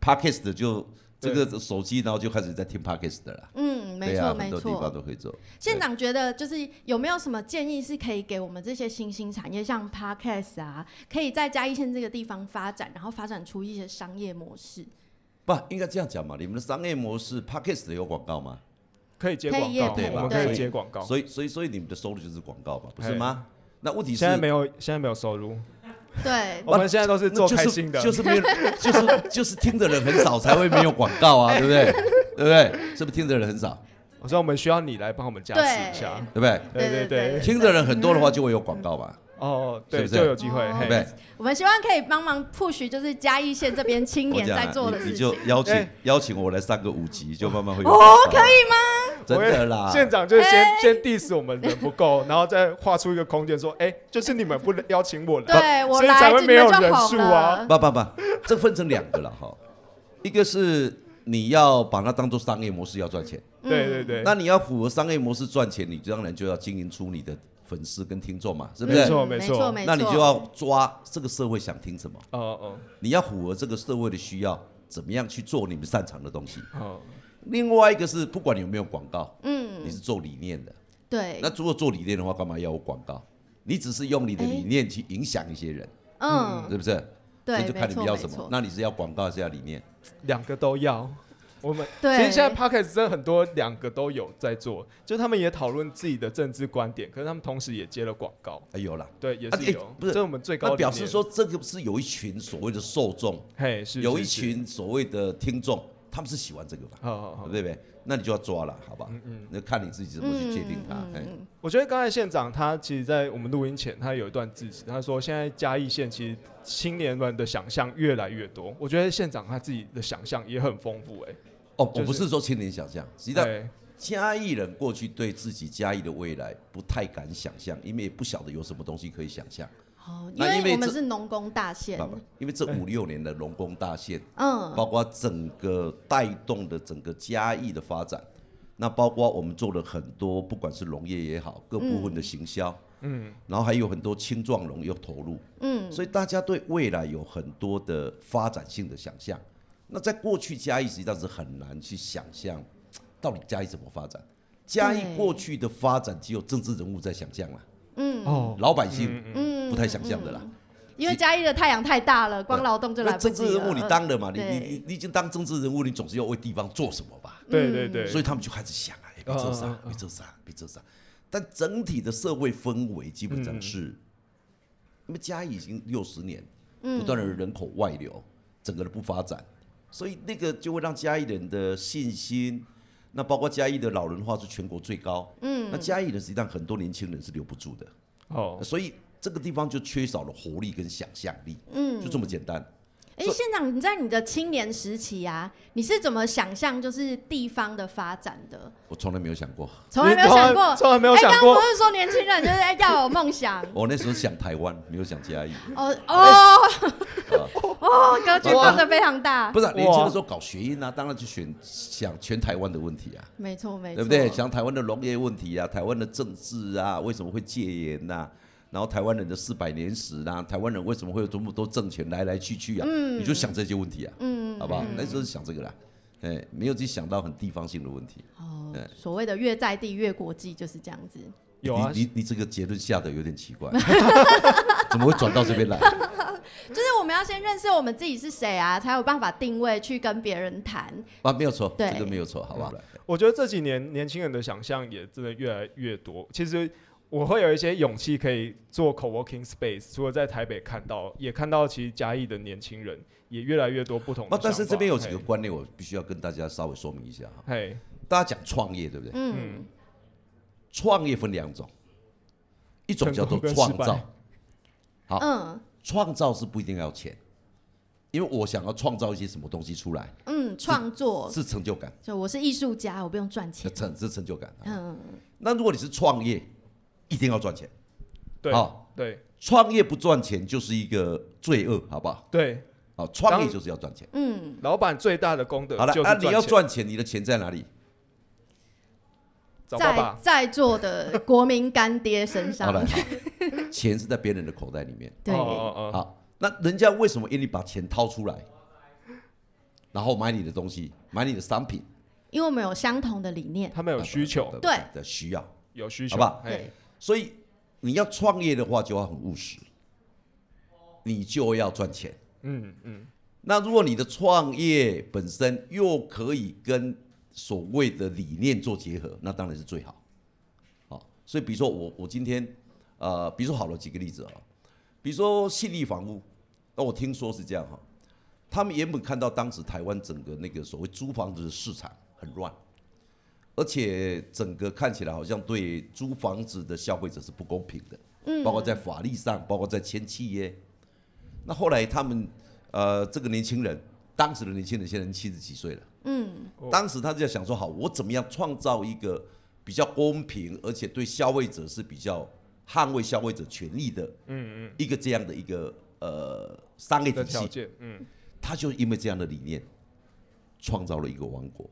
[SPEAKER 3] podcast 就这
[SPEAKER 2] 对
[SPEAKER 3] 个手机，然后就开始在听 podcast 的啦。
[SPEAKER 1] 嗯，没
[SPEAKER 3] 对
[SPEAKER 1] 错、
[SPEAKER 3] 啊，很
[SPEAKER 1] 没
[SPEAKER 3] 多地方
[SPEAKER 1] 错。
[SPEAKER 3] 都可以做。
[SPEAKER 1] 县长觉得就是有没有什么建议是可以给我们这些新兴产业，像 podcast 啊，可以在嘉义县这个地方发展，然后发展出一些商业模式，
[SPEAKER 3] 不应该这样讲嘛？你们的商业模式 podcast 有广告吗？
[SPEAKER 2] 可以接
[SPEAKER 1] 可以
[SPEAKER 2] 广
[SPEAKER 1] 业
[SPEAKER 2] 告，
[SPEAKER 3] 配
[SPEAKER 2] 我们
[SPEAKER 1] 对
[SPEAKER 2] 可以接广告。
[SPEAKER 3] 所以所以所以你们的收入就是广告嘛，不是吗？那问题是哦
[SPEAKER 2] 现在没有，现在没有收入，
[SPEAKER 1] 对，
[SPEAKER 2] 我们现在都是做开心的。
[SPEAKER 3] 就是 就是没有，就是就是听的人很少才会没有广告啊，对 不对？对不对？是不是听的人很少？
[SPEAKER 2] 我说我们需要你来帮我们加持一下。
[SPEAKER 3] 对不对？
[SPEAKER 1] 对
[SPEAKER 2] 对
[SPEAKER 1] 对对
[SPEAKER 3] 听的人很多的话，就会有广告嘛，
[SPEAKER 2] 哦，
[SPEAKER 3] 是
[SPEAKER 2] 对，
[SPEAKER 3] 不是
[SPEAKER 2] 就有机会。
[SPEAKER 1] 哦
[SPEAKER 3] 对
[SPEAKER 2] 嘿
[SPEAKER 3] 不对？
[SPEAKER 1] 我们希望可以帮忙 push，就是嘉义县这边青
[SPEAKER 3] 我
[SPEAKER 1] 年
[SPEAKER 3] 讲
[SPEAKER 1] 在
[SPEAKER 3] 啊
[SPEAKER 1] 做的
[SPEAKER 3] 你
[SPEAKER 1] 事
[SPEAKER 3] 你
[SPEAKER 1] 情
[SPEAKER 3] 就。邀请
[SPEAKER 2] 哎
[SPEAKER 3] 邀请我来上个五集，就慢慢会有
[SPEAKER 1] 哦，
[SPEAKER 3] 广
[SPEAKER 1] 可
[SPEAKER 3] 告
[SPEAKER 1] 以吗？
[SPEAKER 3] 真
[SPEAKER 2] 我也
[SPEAKER 3] 的啦。
[SPEAKER 2] 县长就先
[SPEAKER 1] 哎
[SPEAKER 2] 先 diss 我们人不够，然后再画出一个空间说，哎，就是你们不能邀请我来，
[SPEAKER 1] 对我
[SPEAKER 2] 所以才
[SPEAKER 1] 来，
[SPEAKER 2] 会
[SPEAKER 1] 你
[SPEAKER 2] 没
[SPEAKER 1] 们
[SPEAKER 2] 有
[SPEAKER 1] 就
[SPEAKER 2] 人
[SPEAKER 1] 红
[SPEAKER 2] 数
[SPEAKER 1] 了
[SPEAKER 2] 啊。
[SPEAKER 3] 不不不，这分成两个了哈，一个是你要把它当做商业模式要赚钱，
[SPEAKER 2] 对对对，
[SPEAKER 3] 那你要符合商业模式赚钱，你当然就要经营出你的粉丝跟听众嘛，是不
[SPEAKER 2] 没
[SPEAKER 3] 是？
[SPEAKER 2] 错
[SPEAKER 1] 嗯
[SPEAKER 2] 没
[SPEAKER 1] 没
[SPEAKER 2] 错
[SPEAKER 1] 没错。
[SPEAKER 3] 那你就要抓这个社会想听什么，
[SPEAKER 2] 哦哦
[SPEAKER 3] 你要符合这个社会的需要，怎么样去做你们擅长的东西。
[SPEAKER 2] 哦，
[SPEAKER 3] 另外一个是，不管你有没有广告，
[SPEAKER 1] 嗯，
[SPEAKER 3] 你是做理念的。
[SPEAKER 1] 对
[SPEAKER 3] 那，如果做理念的话，干嘛要有广告？你只是用你的
[SPEAKER 1] 哎
[SPEAKER 3] 理念去影响一些人，
[SPEAKER 1] 嗯，
[SPEAKER 3] 是不是？
[SPEAKER 1] 对，
[SPEAKER 3] 所以就看
[SPEAKER 1] 没
[SPEAKER 3] 你
[SPEAKER 1] 错
[SPEAKER 3] 们要什
[SPEAKER 1] 没
[SPEAKER 3] 么
[SPEAKER 1] 错。
[SPEAKER 3] 那你是要广告还是要理念？
[SPEAKER 2] 两个都要。我们其
[SPEAKER 1] 对
[SPEAKER 2] 实现在 podcast 真的很多，两个都有在做，就他们也讨论自己的政治观点，可是他们同时也接了广告，
[SPEAKER 3] 哎，有啦。
[SPEAKER 2] 对，也
[SPEAKER 3] 啊哎
[SPEAKER 2] 是有，
[SPEAKER 3] 不是
[SPEAKER 2] 这是我们最高
[SPEAKER 3] 那
[SPEAKER 2] 的
[SPEAKER 3] 表
[SPEAKER 2] 理
[SPEAKER 3] 示
[SPEAKER 2] 念
[SPEAKER 3] 说，这个是有一群所谓的受众，
[SPEAKER 2] 嘿，是
[SPEAKER 3] 有一，
[SPEAKER 2] 是
[SPEAKER 3] 群所谓的听众，他们是喜欢这个吧
[SPEAKER 2] 是？好好好，
[SPEAKER 3] 对不对？那你就要抓了，好
[SPEAKER 2] 嗯
[SPEAKER 3] 吧？那看你自己怎么去界定它。
[SPEAKER 1] 嗯嗯
[SPEAKER 3] 哎
[SPEAKER 1] 嗯嗯
[SPEAKER 2] 我觉得刚才县长他其实，在我们录音前，他有一段致辞，他说现在嘉义县其实青年们的想象越来越多。我觉得县长他自己的想象也很丰富、欸，哎，
[SPEAKER 3] 哦，我
[SPEAKER 2] 就
[SPEAKER 3] 不
[SPEAKER 2] 是哎
[SPEAKER 3] 是说青年想象，实际上
[SPEAKER 2] 对，
[SPEAKER 3] 嘉义人过去对自己嘉义的未来不太敢想象，因为也不晓得有什么东西可以想象。
[SPEAKER 1] 好，因
[SPEAKER 3] 那因
[SPEAKER 1] 为
[SPEAKER 3] 为
[SPEAKER 1] 我们
[SPEAKER 3] 这
[SPEAKER 1] 是农工大县
[SPEAKER 3] 爸，爸，因为这五六年的农工大县，
[SPEAKER 1] 嗯，
[SPEAKER 3] 包括整个带动的整个嘉义的发展，那包括我们做了很多，不管是农业也好，各部分的行销，嗯，然后还有很多青壮农又投入，
[SPEAKER 1] 嗯，
[SPEAKER 3] 所以大家对未来有很多的发展性的想象。那在过去嘉义实际上是很难去想象，到底嘉义怎么发展。嘉义
[SPEAKER 1] 对
[SPEAKER 3] 过去的发展只有政治人物在想象啦，
[SPEAKER 2] 哦，
[SPEAKER 3] 老百姓
[SPEAKER 1] 嗯，
[SPEAKER 3] 不太想象的啦。
[SPEAKER 1] 因为嘉义的太阳太大了，光劳动就来
[SPEAKER 3] 那
[SPEAKER 1] 不
[SPEAKER 3] 政
[SPEAKER 1] 及
[SPEAKER 3] 治人物你当了嘛，你你
[SPEAKER 1] 嗯对
[SPEAKER 3] 你你已经当政治人物，你总是要为地方做什么吧？
[SPEAKER 2] 对对对，
[SPEAKER 3] 嗯所以他们就开始想啊，哎，别做
[SPEAKER 2] 嗯
[SPEAKER 3] 啥
[SPEAKER 2] 嗯，嗯
[SPEAKER 3] 别做啥，别做啥。但整体的社会氛围基本上是，那么嘉义已经六十年，
[SPEAKER 1] 嗯
[SPEAKER 3] 不断的人口外流，整个的不发展，所以那个就会让嘉义人的信心。那包括嘉义的老人化是全国最高，嗯，那嘉义人实际上很多年轻人是留不住的，
[SPEAKER 2] 哦，
[SPEAKER 3] 所以这个地方就缺少了活力跟想象力，嗯，就这么简单。
[SPEAKER 1] 哎，
[SPEAKER 3] 所以
[SPEAKER 1] 县长，你在你的青年时期啊，你是怎么想象就是地方的发展的？
[SPEAKER 3] 我从来没有想过，
[SPEAKER 1] 从来没有
[SPEAKER 2] 你
[SPEAKER 1] 想过，
[SPEAKER 2] 从来没有
[SPEAKER 1] 哎
[SPEAKER 2] 想
[SPEAKER 1] 刚刚
[SPEAKER 2] 过
[SPEAKER 1] 不，是说年轻人就是哎要有梦 想？
[SPEAKER 3] 我那时候想台湾，没有想嘉义。
[SPEAKER 1] 哦哦 哦，格局放的非常大，
[SPEAKER 3] 啊不是啊、年轻的时候搞学运啊，当然就选想全台湾的问题啊，
[SPEAKER 1] 没错没错，
[SPEAKER 3] 对不对？想台湾的农业问题啊，台湾的政治啊，为什么会戒严呐、啊然后台湾人的四百年史啊，台湾人为什么会有这么多政权来来去去啊？你就想这些问题啊，嗯，好不好？那时候是想这个啦，哎，没有去想到很地方性的问题。
[SPEAKER 1] 哦
[SPEAKER 3] 对，
[SPEAKER 1] 所谓的越在地越国际就是这样子。
[SPEAKER 2] 有啊
[SPEAKER 3] 你，你你这个结论下的有点奇怪， 怎么会转到这边来？
[SPEAKER 1] 就是我们要先认识我们自己是谁啊，才有办法定位去跟别人谈。
[SPEAKER 3] 啊，没有错，
[SPEAKER 1] 对
[SPEAKER 3] 这个没有错，好不好？
[SPEAKER 2] 我觉得这几年年轻人的想象也真的越来越多。其实我会有一些勇气可以做 co-working space，除了在台北看到，也看到其实嘉义的年轻人也越来越多不同的
[SPEAKER 3] 那
[SPEAKER 2] 想法。
[SPEAKER 3] 哦但是这边有几个
[SPEAKER 2] 嘿，
[SPEAKER 3] 观念，我必须要跟大家稍微说明一下哈。
[SPEAKER 2] 嘿，
[SPEAKER 3] 大家讲创业，对不对？
[SPEAKER 1] 嗯，
[SPEAKER 3] 创业分两种，一种叫做
[SPEAKER 2] 成功跟
[SPEAKER 3] 创
[SPEAKER 2] 失败
[SPEAKER 3] 造，好
[SPEAKER 1] 嗯
[SPEAKER 3] 创造是不一定要钱，因为我想要创造一些什么东西出来，
[SPEAKER 1] 嗯，创作
[SPEAKER 3] 是成就感，
[SPEAKER 1] 就我是艺术家，我不用赚
[SPEAKER 3] 是
[SPEAKER 1] 钱，
[SPEAKER 3] 成是成就感。
[SPEAKER 1] 嗯，
[SPEAKER 3] 那如果你是创业，一定要赚钱，
[SPEAKER 2] 对
[SPEAKER 3] 好
[SPEAKER 2] 对
[SPEAKER 3] 创业不赚钱就是一个罪恶，好不好？
[SPEAKER 2] 对，
[SPEAKER 3] 好，创业
[SPEAKER 2] 当
[SPEAKER 3] 就是要赚钱。
[SPEAKER 1] 嗯，
[SPEAKER 2] 老板最大的功德
[SPEAKER 3] 好了，
[SPEAKER 2] 就是
[SPEAKER 3] 那你要
[SPEAKER 2] 钱
[SPEAKER 3] 赚钱，你的钱在哪里？
[SPEAKER 2] 找爸
[SPEAKER 1] 在
[SPEAKER 2] 爸，
[SPEAKER 1] 在座的国民干爹身
[SPEAKER 3] 好
[SPEAKER 1] 上，
[SPEAKER 3] 了，好钱是在别人的口袋里面。
[SPEAKER 1] 对
[SPEAKER 2] 哦，哦哦，
[SPEAKER 3] 好，那人家为什么愿意把钱掏出来，然后买你的东西，买你的商品？
[SPEAKER 1] 因为我们有相同的理念，
[SPEAKER 2] 他们有需求，
[SPEAKER 1] 对
[SPEAKER 3] 的需要。
[SPEAKER 2] 有需求，
[SPEAKER 3] 好吧
[SPEAKER 2] 嘿
[SPEAKER 1] 对，
[SPEAKER 3] 所以你要创业的话，就要很务实，你就要赚钱。
[SPEAKER 2] 嗯嗯，
[SPEAKER 3] 那如果你的创业本身又可以跟所谓的理念做结合，那当然是最好。好，所以比如说我我今天呃，比如说好了，举个例子啊，比如说信利房屋，那我听说是这样哈，他们原本看到当时台湾整个那个所谓租房子的市场很乱，而且整个看起来好像对租房子的消费者是不公平的，
[SPEAKER 1] 嗯
[SPEAKER 3] 包括在法律上，包括在签契约。那后来他们呃，这个年轻人，当时的年轻人现在七十几岁了。
[SPEAKER 1] 嗯，
[SPEAKER 2] 哦
[SPEAKER 3] 当时他就在想说，好，我怎么样创造一个比较公平，而且对消费者是比较捍卫消费者权利的，嗯嗯，一个这样的一个呃商业
[SPEAKER 2] 的
[SPEAKER 3] 体
[SPEAKER 2] 条
[SPEAKER 3] 系。
[SPEAKER 2] 件，嗯，
[SPEAKER 3] 他就因为这样的理念，创造了一个王国，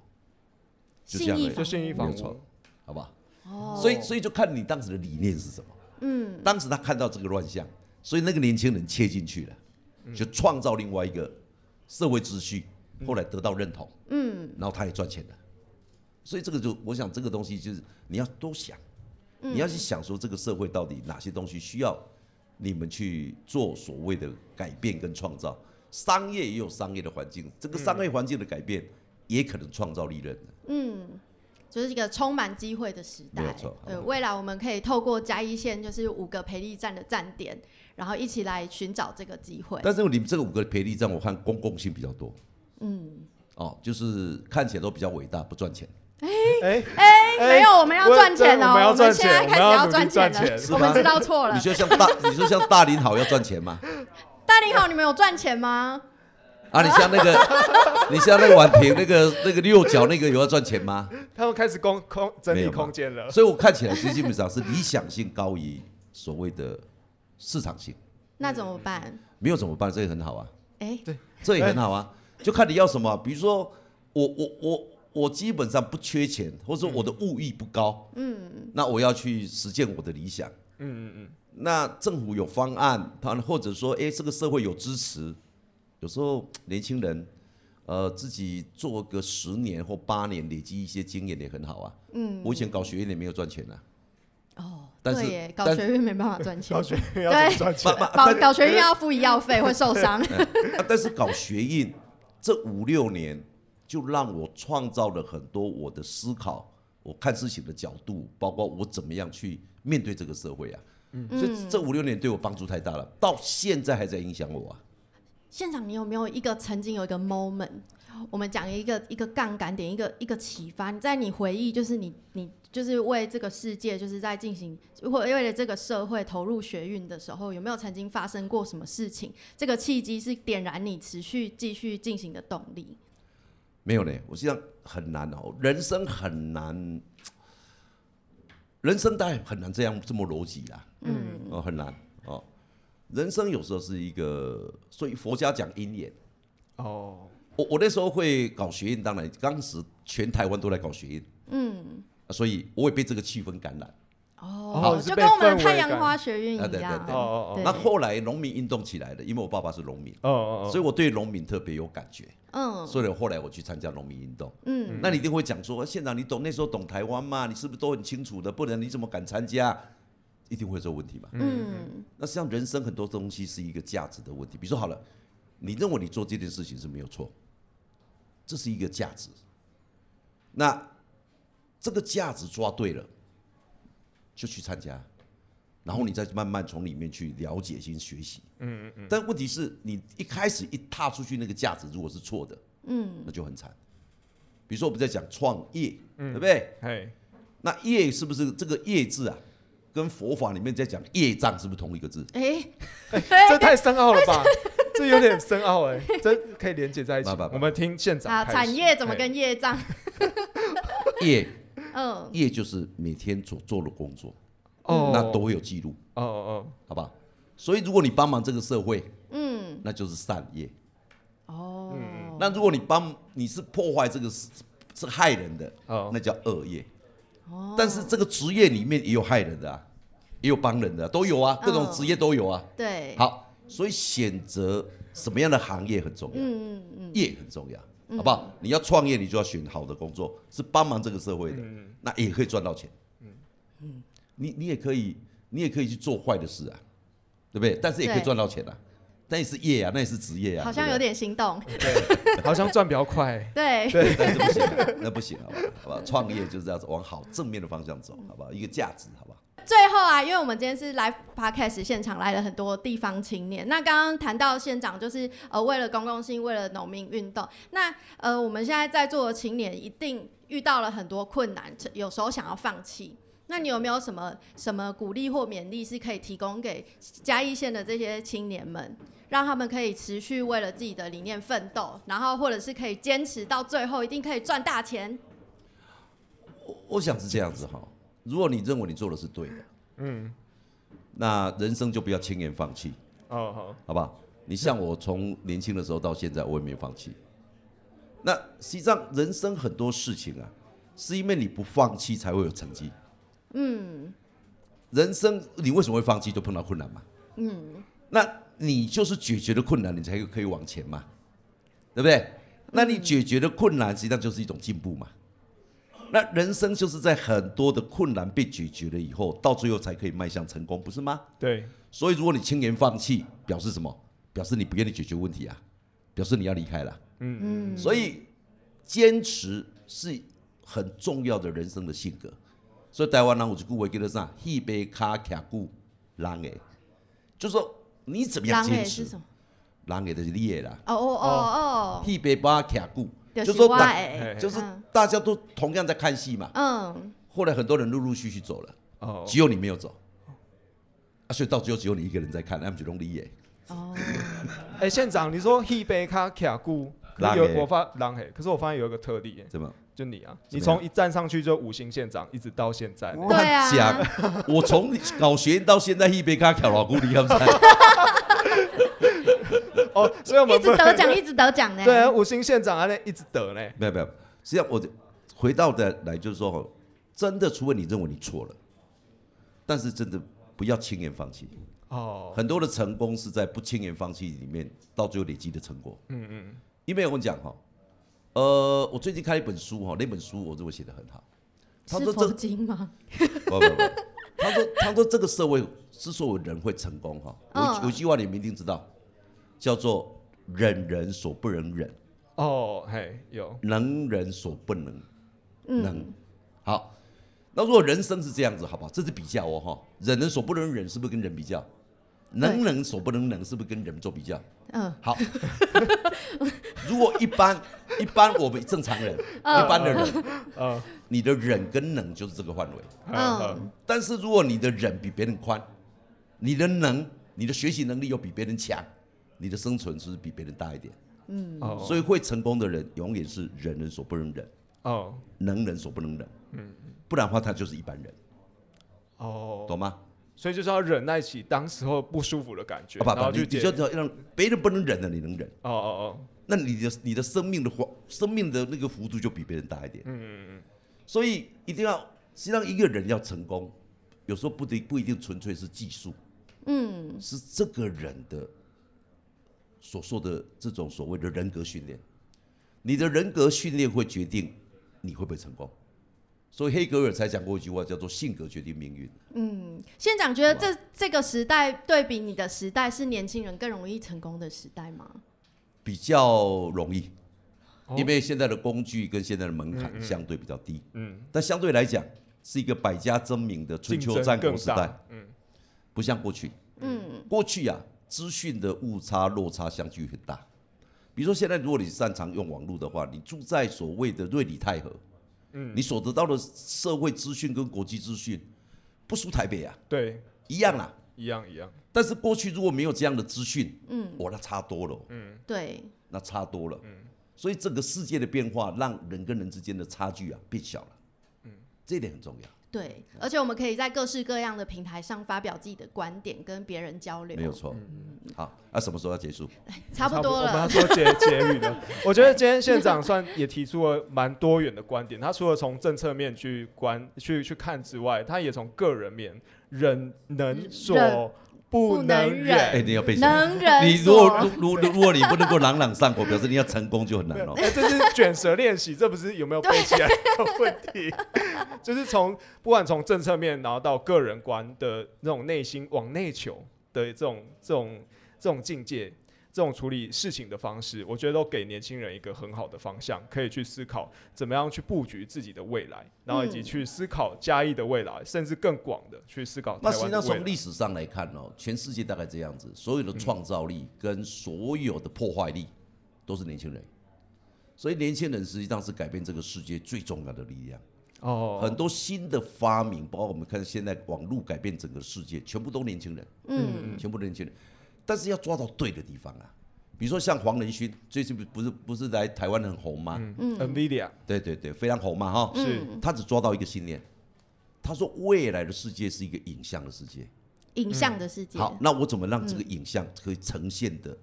[SPEAKER 3] 就这
[SPEAKER 1] 信
[SPEAKER 3] 样
[SPEAKER 1] 义
[SPEAKER 3] 而已
[SPEAKER 2] 就信义
[SPEAKER 3] 没
[SPEAKER 2] 房
[SPEAKER 3] 有错
[SPEAKER 2] 屋，
[SPEAKER 3] 好吧？
[SPEAKER 1] 哦，
[SPEAKER 3] 所以，所以就看你当时的理念是什么。
[SPEAKER 1] 嗯，
[SPEAKER 3] 当时他看到这个乱象，所以那个年轻人切进去了，就创造另外一个社会秩序，后来得到认同，嗯，然后他也赚钱了。所以这个就，我想这个东西就是你要多想，
[SPEAKER 1] 嗯
[SPEAKER 3] 你要去想说这个社会到底哪些东西需要你们去做所谓的改变跟创造。商业也有商业的环境，这个商业环境的改变也可能创造利润的。
[SPEAKER 1] 就是一个充满机会的时代。
[SPEAKER 3] 没有错
[SPEAKER 1] 对，未来我们可以透过嘉义县就是五个培力站的站点，然后一起来寻找这个机会。
[SPEAKER 3] 但是你们这个五个赔率站，我看公共性比较多。嗯。哦，就是看起来都比较伟大，不赚钱。
[SPEAKER 2] 哎
[SPEAKER 1] 哎、没有，我们要赚钱哦、
[SPEAKER 2] 我们要赚
[SPEAKER 1] 现
[SPEAKER 2] 钱
[SPEAKER 1] 在开始
[SPEAKER 2] 我们要
[SPEAKER 1] 要
[SPEAKER 2] 努力
[SPEAKER 1] 赚
[SPEAKER 2] 赚
[SPEAKER 1] 了，
[SPEAKER 2] 钱
[SPEAKER 3] 是
[SPEAKER 1] 我们
[SPEAKER 3] 吗
[SPEAKER 1] 知道错了
[SPEAKER 3] 你。说像大， 你说像大林好要赚钱吗？
[SPEAKER 1] 大林好，你们有赚钱吗？
[SPEAKER 3] 啊，你像那个， 你像那个婉婷那个那个六角那个有要赚钱吗？
[SPEAKER 2] 他们开始空空整
[SPEAKER 3] 没
[SPEAKER 2] 理
[SPEAKER 3] 有嘛
[SPEAKER 2] 空间了，
[SPEAKER 3] 所以我看起来是基本上是理想性高于所谓的市场性，
[SPEAKER 1] 那怎么办？
[SPEAKER 3] 没有怎么办？这也很好啊，
[SPEAKER 1] 哎、
[SPEAKER 3] 这也很好啊，就看你要什么啊、比如说我我我我基本上不缺钱，或者说我的物欲不高，嗯，那我要去实践我的理想。
[SPEAKER 2] 嗯嗯嗯。
[SPEAKER 3] 那政府有方案，他或者说，哎、这个社会有支持。有时候年轻人，呃，自己做个十年或八年，累积一些经验也很好啊。嗯，我以前搞学院也没有赚钱啊。
[SPEAKER 1] 哦，
[SPEAKER 3] 但是
[SPEAKER 1] 对耶，搞
[SPEAKER 3] 但
[SPEAKER 1] 学院没办法赚钱
[SPEAKER 2] 小，学要怎么
[SPEAKER 1] 对
[SPEAKER 2] 赚钱？
[SPEAKER 3] 不
[SPEAKER 1] 搞搞学院要付医药费，会受伤。
[SPEAKER 3] 啊，但是搞学运这五六年，就让我创造了很多我的思考，我看事情的角度，包括我怎么样去面对这个社会啊。嗯，所以这五六年对我帮助太大了，到现在还在影响我啊。
[SPEAKER 1] 现场你有没有一个曾经有一个 moment？我们讲一个一个杠杆点，一个一个启发。你在你回忆，就是你你就是为这个世界，就是在进行或为了这个社会投入学运的时候，有没有曾经发生过什么事情？这个契机是点燃你持续继续进行的动力。
[SPEAKER 3] 没有呢，我现在很难哦，人生很难，人生当然很难这样这么逻辑啦，嗯，哦很难哦，人生有时候是一个，所以佛家讲因缘，
[SPEAKER 2] 哦，
[SPEAKER 3] 我我那时候会搞学院，当然当时全台湾都在搞学院，嗯，所以我也被这个气氛感染。
[SPEAKER 2] 哦
[SPEAKER 1] 就跟我们的太阳花学运
[SPEAKER 3] 啊
[SPEAKER 1] 一
[SPEAKER 3] 对对
[SPEAKER 1] 样。
[SPEAKER 3] 对
[SPEAKER 2] 哦哦
[SPEAKER 1] 对
[SPEAKER 3] 那后来农民运动起来了，因为我爸爸是农民，
[SPEAKER 2] 哦哦
[SPEAKER 3] 所以我对农民特别有感觉，
[SPEAKER 1] 嗯
[SPEAKER 3] 所以后来我去参加农民运动。
[SPEAKER 1] 嗯，
[SPEAKER 3] 那你一定会讲说，哎县长，你懂那时候懂台湾吗？你是不是都很清楚的？不然你怎么敢参加？一定会有这个问题嘛。
[SPEAKER 1] 嗯
[SPEAKER 3] 那实际上人生很多东西是一个价值的问题。比如说好了，你认为你做这件事情是没有错，这是一个价值。那这个价值抓对了，就去参加，然后你再慢慢从里面去了解、先学习。嗯嗯嗯。但问题是你一开始一踏出去，那个价值如果是错的，
[SPEAKER 1] 嗯，
[SPEAKER 3] 那就很惨。比如说我们在讲创业，对不对？
[SPEAKER 2] 嘿，
[SPEAKER 3] 那业是不是这个业字啊，跟佛法里面在讲业障是不是同一个字？
[SPEAKER 1] 哎、
[SPEAKER 2] 这太深奥了吧？ 这有点深奥哎，这可以连接在一起
[SPEAKER 3] 爸爸。爸
[SPEAKER 2] 我们听县
[SPEAKER 1] 啊，
[SPEAKER 2] 长开始。
[SPEAKER 1] 产业怎么
[SPEAKER 2] 哎
[SPEAKER 1] 跟业障？
[SPEAKER 3] 业
[SPEAKER 1] 嗯，
[SPEAKER 3] 业就是每天所做的工作，
[SPEAKER 2] 哦
[SPEAKER 3] 那都会有记录，
[SPEAKER 2] 哦哦
[SPEAKER 3] 好吧？所以如果你帮忙这个社会，
[SPEAKER 1] 嗯，
[SPEAKER 3] 那就是善业；
[SPEAKER 1] 哦，
[SPEAKER 3] 那如果你帮你是破坏这个是是害人的，
[SPEAKER 2] 哦
[SPEAKER 3] 那叫恶业。
[SPEAKER 1] 哦
[SPEAKER 3] 但是这个职业里面也有害人的啊，也有帮人的啊、都有啊，各种
[SPEAKER 1] 嗯
[SPEAKER 3] 职业都有啊。
[SPEAKER 1] 对，
[SPEAKER 3] 好，所以选择什么样的行业很重要，
[SPEAKER 1] 嗯嗯嗯，
[SPEAKER 3] 业很重要，好不好？你要创业，你就要选好的工作，是帮忙这个社会的，那也可以赚到钱。嗯你你也可以，你也可以去做坏的事啊，对不对？但是也可以
[SPEAKER 1] 对
[SPEAKER 3] 赚到钱啊，那也是业啊，那也是职业
[SPEAKER 1] 嗯
[SPEAKER 3] 啊。
[SPEAKER 1] 好像
[SPEAKER 3] 对
[SPEAKER 1] 有
[SPEAKER 3] 不对
[SPEAKER 1] 点心动，
[SPEAKER 2] 对， 好像赚比较快。
[SPEAKER 1] 对，
[SPEAKER 3] 但是不行啊、 那不行，好吧，好吧，创业就是要往好正面的方向走，好不好？一个价值，好不好？
[SPEAKER 1] 最后啊，因为我们今天是 live podcast 现场来了很多地方青年，那刚刚谈到县长就是呃为了公共性，为了农民运动，那呃我们现在在座的青年一定遇到了很多困难，有时候想要放弃。那你有没有什么什么鼓励或勉励是可以提供给嘉义县的这些青年们，让他们可以持续为了自己的理念奋斗，然后或者是可以坚持到最后，一定可以赚大钱？
[SPEAKER 3] 我我想是这样子哈，如果你认为你做的是对的，嗯，那人生就不要轻言放弃，
[SPEAKER 2] 哦好，
[SPEAKER 3] 好不好？你像我从年轻的时候到现在，我也没有放弃。那实际上人生很多事情啊，是因为你不放弃才会有成绩。嗯，人生你为什么会放弃？就碰到困难嘛。嗯，那你就是解决了困难，你才可以往前嘛，对不对？那你解决了困难，实际上就是一种进步嘛。那人生就是在很多的困难被解决了以后，到最后才可以迈向成功，不是吗？
[SPEAKER 2] 对，
[SPEAKER 3] 所以如果你轻言放弃，表示什么？表示你不愿意解决问题啊，表示你要离开了。
[SPEAKER 2] 嗯
[SPEAKER 3] 所以坚持是很重要的人生的性格。所以台湾人有一句话叫做啥？一杯卡卡固狼诶，就是说你怎么样
[SPEAKER 1] 狼
[SPEAKER 3] 坚
[SPEAKER 1] 尾是
[SPEAKER 3] 持，
[SPEAKER 1] 什么？
[SPEAKER 3] 狼诶就是你的啦，
[SPEAKER 1] 哦哦哦哦，
[SPEAKER 3] 一杯巴卡固，
[SPEAKER 1] 就
[SPEAKER 3] 就
[SPEAKER 1] 是
[SPEAKER 3] 是说
[SPEAKER 1] 我
[SPEAKER 3] 大
[SPEAKER 2] 哎
[SPEAKER 1] 的
[SPEAKER 3] 就是
[SPEAKER 1] 嗯
[SPEAKER 3] 大家都同样在看戏嘛。
[SPEAKER 1] 嗯，
[SPEAKER 3] 后来很多人陆陆续续走了，
[SPEAKER 2] 哦
[SPEAKER 3] 只有你没有走，啊，所以到最后只有你一个人在看，那么就弄你诶。
[SPEAKER 1] 哦，
[SPEAKER 2] 哎，县长，你说 he 贝卡卡固，可是
[SPEAKER 3] 人欸
[SPEAKER 2] 有我发狼嘿，可是我发现有一个特例耶，
[SPEAKER 3] 怎么？
[SPEAKER 2] 就你啊，
[SPEAKER 3] 怎
[SPEAKER 2] 你
[SPEAKER 3] 么样
[SPEAKER 2] 从一站上去就五星县长，一直到现在嘞。
[SPEAKER 1] 对啊
[SPEAKER 3] 乱讲，我从搞学到现在，一杯咖巧老姑你 要猜，
[SPEAKER 2] 哦，所以我
[SPEAKER 1] 一
[SPEAKER 2] 们不
[SPEAKER 1] 直得奖，一直得奖呢。
[SPEAKER 2] 对啊，五星县长啊，那一直得嘞。
[SPEAKER 3] 没有没有，实际上我回到的来就是说哦，真的，除非你认为你错了，但是真的不要轻言放弃。
[SPEAKER 2] 哦，
[SPEAKER 3] 很多的成功是在不轻言放弃里面，到最后累积的成果。嗯嗯，因为我跟你讲哈，呃，我最近看了一本书哈，那本书我认为写的很好。他
[SPEAKER 1] 是
[SPEAKER 3] 说
[SPEAKER 1] 佛
[SPEAKER 3] 这
[SPEAKER 1] 经吗？
[SPEAKER 3] 不不不，他说他说这个社会之所以人会成功哈，
[SPEAKER 1] 嗯
[SPEAKER 3] 有有一句话你们一定知道，叫做忍人所不能忍，
[SPEAKER 2] 哦，嘿，有，
[SPEAKER 3] 能人所不能能。
[SPEAKER 1] 嗯，
[SPEAKER 3] 好，那如果人生是这样子，好不好？这是比较哦哈，忍人所不能忍是不是跟人比较？能人所不能能是不是跟人做比较？
[SPEAKER 1] 嗯，
[SPEAKER 3] 好， 如果一般一般我们正常人
[SPEAKER 1] 嗯
[SPEAKER 3] 一般的人，
[SPEAKER 2] 呃，
[SPEAKER 3] 你的忍跟能就是这个范围。
[SPEAKER 2] 哦
[SPEAKER 1] 嗯
[SPEAKER 3] 但是如果你的忍比别人宽，你的能、你的学习能力又比别人强，你的生存是比别人大一点，
[SPEAKER 2] 嗯，哦，
[SPEAKER 3] 所以会成功的人永远是忍人所不能忍，
[SPEAKER 2] 哦，
[SPEAKER 3] 能人所不能忍。不然的话他就是一般人，
[SPEAKER 2] 哦，
[SPEAKER 3] 懂吗？
[SPEAKER 2] 所以就是要忍耐起当时候不舒服的感觉，
[SPEAKER 3] 好吧，
[SPEAKER 2] 然后
[SPEAKER 3] 哦你
[SPEAKER 2] 去
[SPEAKER 3] 你
[SPEAKER 2] 解
[SPEAKER 3] 就。只要让别人不能忍的你能忍，
[SPEAKER 2] 哦哦
[SPEAKER 3] 那你的你的生命的活生命的那个幅度就比别人大一点。嗯嗯嗯。所以一定要，实际上一个人要成功，有时候不得不一定纯粹是技术，
[SPEAKER 1] 嗯，
[SPEAKER 3] 是这个人的所说的这种所谓的人格训练。你的人格训练会决定你会不会成功。所以黑格尔才讲过一句话，叫做“性格决定命运
[SPEAKER 1] 嗯县长觉得这这个时代对比你的时代是年轻人更容易成功的时代吗？”，
[SPEAKER 3] 比较容易，
[SPEAKER 2] 哦，
[SPEAKER 3] 因为现在的工具跟现在的门槛相对比较低。
[SPEAKER 2] 嗯，
[SPEAKER 3] 但相对来讲，是一个百家争鸣的春
[SPEAKER 2] 竞
[SPEAKER 3] 秋
[SPEAKER 2] 争
[SPEAKER 3] 战国
[SPEAKER 2] 更
[SPEAKER 3] 时代
[SPEAKER 2] 大，，嗯，
[SPEAKER 3] 不像过去。
[SPEAKER 1] 嗯，
[SPEAKER 3] 过去啊，资讯的误差落差相距很大。比如说，现在如果你擅长用网络的话，你住在所谓的瑞里泰河，嗯，你所得到的社会资讯跟国际资讯不输台北啊，
[SPEAKER 2] 对，
[SPEAKER 3] 一样啦。啊
[SPEAKER 2] 一样一样，
[SPEAKER 3] 但是过去如果没有这样的资讯，嗯，哦，那差多了，
[SPEAKER 1] 对，
[SPEAKER 3] 那差多了，嗯，所以这个世界的变化让人跟人之间的差距啊变小了，嗯，这一点很重要，
[SPEAKER 1] 对，而且我们可以在各式各样的平台上发表自己的观点，跟别人交流。
[SPEAKER 3] 没有错。好，那、什么时候要结束？
[SPEAKER 1] 差不多
[SPEAKER 2] 我们要
[SPEAKER 1] 了。
[SPEAKER 2] 做结结语 了。我觉得今天县长算也提出了蛮多元的观点，他除了从政策面去观去去看之外，他也从个人面忍能所不能
[SPEAKER 1] 不能
[SPEAKER 2] 忍
[SPEAKER 1] 忍。
[SPEAKER 3] 哎、你要背什么？
[SPEAKER 1] 能人
[SPEAKER 3] 你如果
[SPEAKER 1] 所
[SPEAKER 3] 如如如果你不能够朗朗上口，表示你要成功就很难 哦。
[SPEAKER 2] 哎这是卷舌练习，这不是有没有背起来的问题， 就是从不管从政策面，然后到个人观的那种内心往内求的这种这种这种境界，这种处理事情的方式，我觉得都给年轻人一个很好的方向，可以去思考怎么样去布局自己的未来，然后以及去思考嘉义的未来，甚至更广的去思考
[SPEAKER 3] 那
[SPEAKER 2] 台
[SPEAKER 3] 实际
[SPEAKER 2] 湾
[SPEAKER 3] 上
[SPEAKER 2] 的未来。
[SPEAKER 3] 从历史上来看哦，全世界大概这样子，所有的创造力跟所有的破坏力都是年轻人，所以年轻人实际上是改变这个世界最重要的力量。
[SPEAKER 2] 哦
[SPEAKER 3] 很多新的发明，包括我们看现在网络改变整个世界，全部都年轻人，
[SPEAKER 1] 嗯，
[SPEAKER 3] 全部都年轻人，但是要抓到对的地方啊。比如说像黄仁勋，最近不是不是来台湾很红吗？
[SPEAKER 2] 嗯，NVIDIA
[SPEAKER 3] 对对对，非常红嘛哈。
[SPEAKER 1] 嗯
[SPEAKER 2] 是
[SPEAKER 3] 他只抓到一个信念，他说未来的世界是一个影像的世界。
[SPEAKER 1] 影像的世界。
[SPEAKER 3] 好，那我怎么让这个影像可以呈现的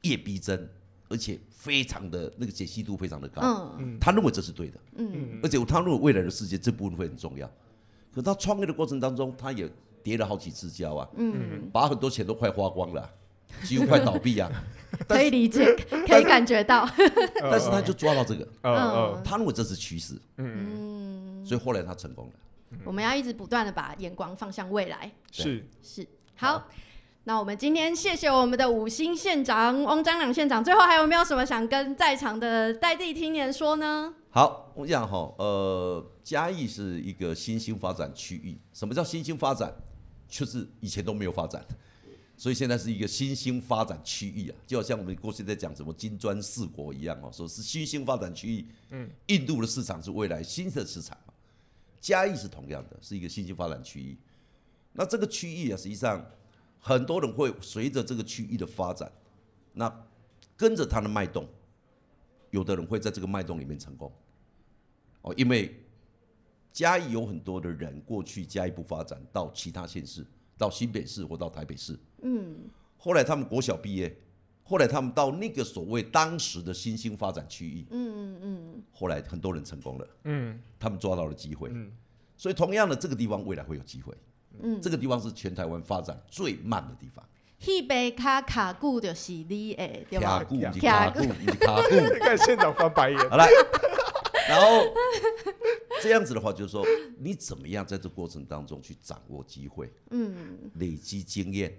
[SPEAKER 3] 夜逼真，而且非常的那个解析度非常的高？
[SPEAKER 1] 嗯，
[SPEAKER 3] 他认为这是对的，嗯，而且他认为未来的世界这部分会很重要。可他创业的过程当中，他也跌了好几次跤啊，嗯，把很多钱都快花光了啊、几乎快倒闭啊。但
[SPEAKER 1] 可以理解，可以感觉到。
[SPEAKER 3] 呃但是他就抓到这个，
[SPEAKER 2] 呃呃
[SPEAKER 1] 嗯
[SPEAKER 3] 他认为这是趋势，嗯，所以后来他成功了。
[SPEAKER 1] 我们要一直不断的把眼光放向未来。
[SPEAKER 2] 是嗯
[SPEAKER 1] 是，好。那我们今天谢谢我们的五星县长翁章良县长，最后还有没有什么想跟在场的在地青年说呢？
[SPEAKER 3] 好，我讲哈，呃，嘉义是一个新兴发展区域。什么叫新兴发展？就是以前都没有发展，所以现在是一个新兴发展区域啊，就好像我们过去在讲什么金砖四国一样哦，说是新兴发展区域。嗯，印度的市场是未来新的市场嘛，嘉义是同样的，是一个新兴发展区域。那这个区域啊，实际上很多人会随着这个区域的发展，那跟着它的脉动，有的人会在这个脉动里面成功。哦，因为嘉义有很多的人过去嘉义不发展，到其他县市，到新北市或到台北市，嗯，后来他们国小毕业，后来他们到那个所谓当时的新兴发展区域，嗯嗯嗯，后来很多人成功了，嗯，他们抓到了机会，嗯，所以同样的这个地方未来会有机会，嗯，这个地方是全台湾发展最慢的地方，
[SPEAKER 1] 迄杯卡卡固就是你的，对吧？
[SPEAKER 3] 固，你卡固，你卡固，
[SPEAKER 2] 你看县长翻白眼，
[SPEAKER 3] 好了， 然后这样子的话，就是说你怎么样在这过程当中去掌握机会，嗯，累积经验，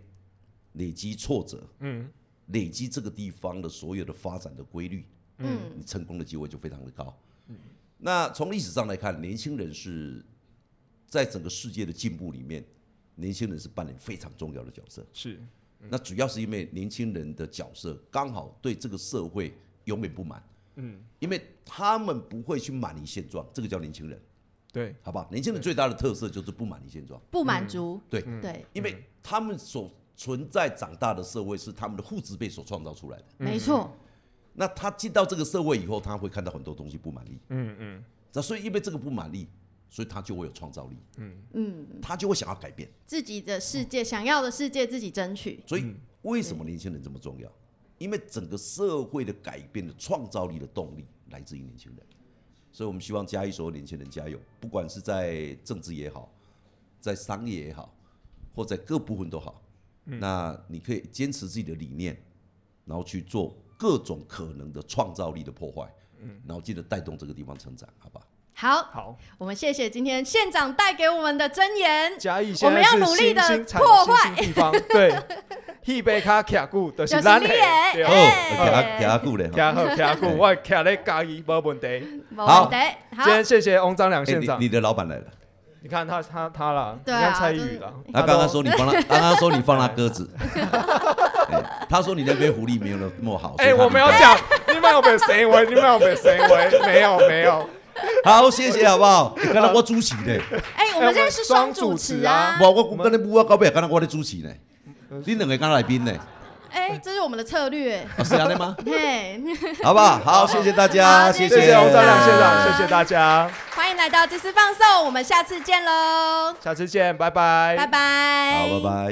[SPEAKER 3] 累积挫折，
[SPEAKER 2] 嗯，
[SPEAKER 3] 累积这个地方的所有的发展的规律，嗯，你成功的机会就非常的高。嗯，那从历史上来看，年轻人是在整个世界的进步里面，年轻人是扮演非常重要的角色。
[SPEAKER 2] 是
[SPEAKER 3] 那主要是因为年轻人的角色刚好对这个社会永远不满，嗯，因为他们不会去满于现状，这个叫年轻人，
[SPEAKER 2] 对
[SPEAKER 3] 好吧？年轻人最大的特色就是不满于现状，
[SPEAKER 1] 不满足，
[SPEAKER 3] 对，
[SPEAKER 1] 对，
[SPEAKER 3] 因为他们所存在长大的社会是他们的父职辈所创造出来的。
[SPEAKER 1] 没错，
[SPEAKER 3] 那他进到这个社会以后，他会看到很多东西不满意，嗯嗯，那所以因为这个不满意，所以他就会有创造力，嗯嗯，他就会想要改变。
[SPEAKER 1] 自己的世界，想要的世界自己争取。
[SPEAKER 3] 所以为什么年轻人这么重要？因为整个社会的改变的创造力的动力来自于年轻人，所以我们希望嘉义所有年轻人加油，不管是在政治也好，在商业也好，或在各部分都好，那你可以坚持自己的理念，然后去做各种可能的创造力的破坏，然后记得带动这个地方成长，好吧？
[SPEAKER 1] 好，
[SPEAKER 2] 好。
[SPEAKER 1] 我们谢谢今天县长带给我们的真言，
[SPEAKER 2] 嘉义
[SPEAKER 1] 我
[SPEAKER 2] 现
[SPEAKER 1] 们
[SPEAKER 2] 在
[SPEAKER 1] 要
[SPEAKER 2] 是
[SPEAKER 1] 努力
[SPEAKER 2] 新
[SPEAKER 1] 地
[SPEAKER 2] 兴产
[SPEAKER 1] 破
[SPEAKER 2] 新
[SPEAKER 1] 坏
[SPEAKER 2] 兴地方，对， 一杯卡卡固的
[SPEAKER 1] 就是
[SPEAKER 2] 是咱的，
[SPEAKER 1] 你的
[SPEAKER 2] 对
[SPEAKER 1] 哎
[SPEAKER 3] 哦，给他给他顾嘞，
[SPEAKER 2] 卡好 卡固，我卡在嘉义没问题。
[SPEAKER 1] 没
[SPEAKER 3] 好
[SPEAKER 1] 问题。
[SPEAKER 2] 今天谢谢翁章良
[SPEAKER 3] 哎
[SPEAKER 2] 县长
[SPEAKER 3] 你，你的老板来了，
[SPEAKER 2] 你看他他他啦，你
[SPEAKER 1] 对啊
[SPEAKER 2] 看蔡依宇啦，
[SPEAKER 3] 他刚刚
[SPEAKER 2] 都
[SPEAKER 3] 说你放他，他刚刚说你放他鸽子， 哎他说你那边狐狸没有那么好。所以
[SPEAKER 2] 哎，
[SPEAKER 3] 他
[SPEAKER 2] 我没有讲，你们有没有谁为？你们有没有谁为？没有没有，
[SPEAKER 3] 好，谢谢，好不好？欸刚才我主持呢，
[SPEAKER 1] 哎、我们现在是双主持啊。
[SPEAKER 3] 哎我我刚才母啊，到尾，刚才我咧主持呢，你两个刚才来宾呢，
[SPEAKER 1] 哎、这是我们的策略。
[SPEAKER 3] 啊是安尼吗？
[SPEAKER 1] 嘿，
[SPEAKER 3] 好不好？好，谢谢大
[SPEAKER 1] 好
[SPEAKER 3] 家，
[SPEAKER 1] 谢
[SPEAKER 2] 谢谢
[SPEAKER 3] 谢
[SPEAKER 2] 洪站长，
[SPEAKER 1] 谢
[SPEAKER 2] 谢
[SPEAKER 1] 谢
[SPEAKER 2] 长，谢谢大家，
[SPEAKER 1] 欢迎来到这次放送，我们下次见喽，
[SPEAKER 2] 下次见，
[SPEAKER 1] 拜拜，
[SPEAKER 3] 好，拜拜。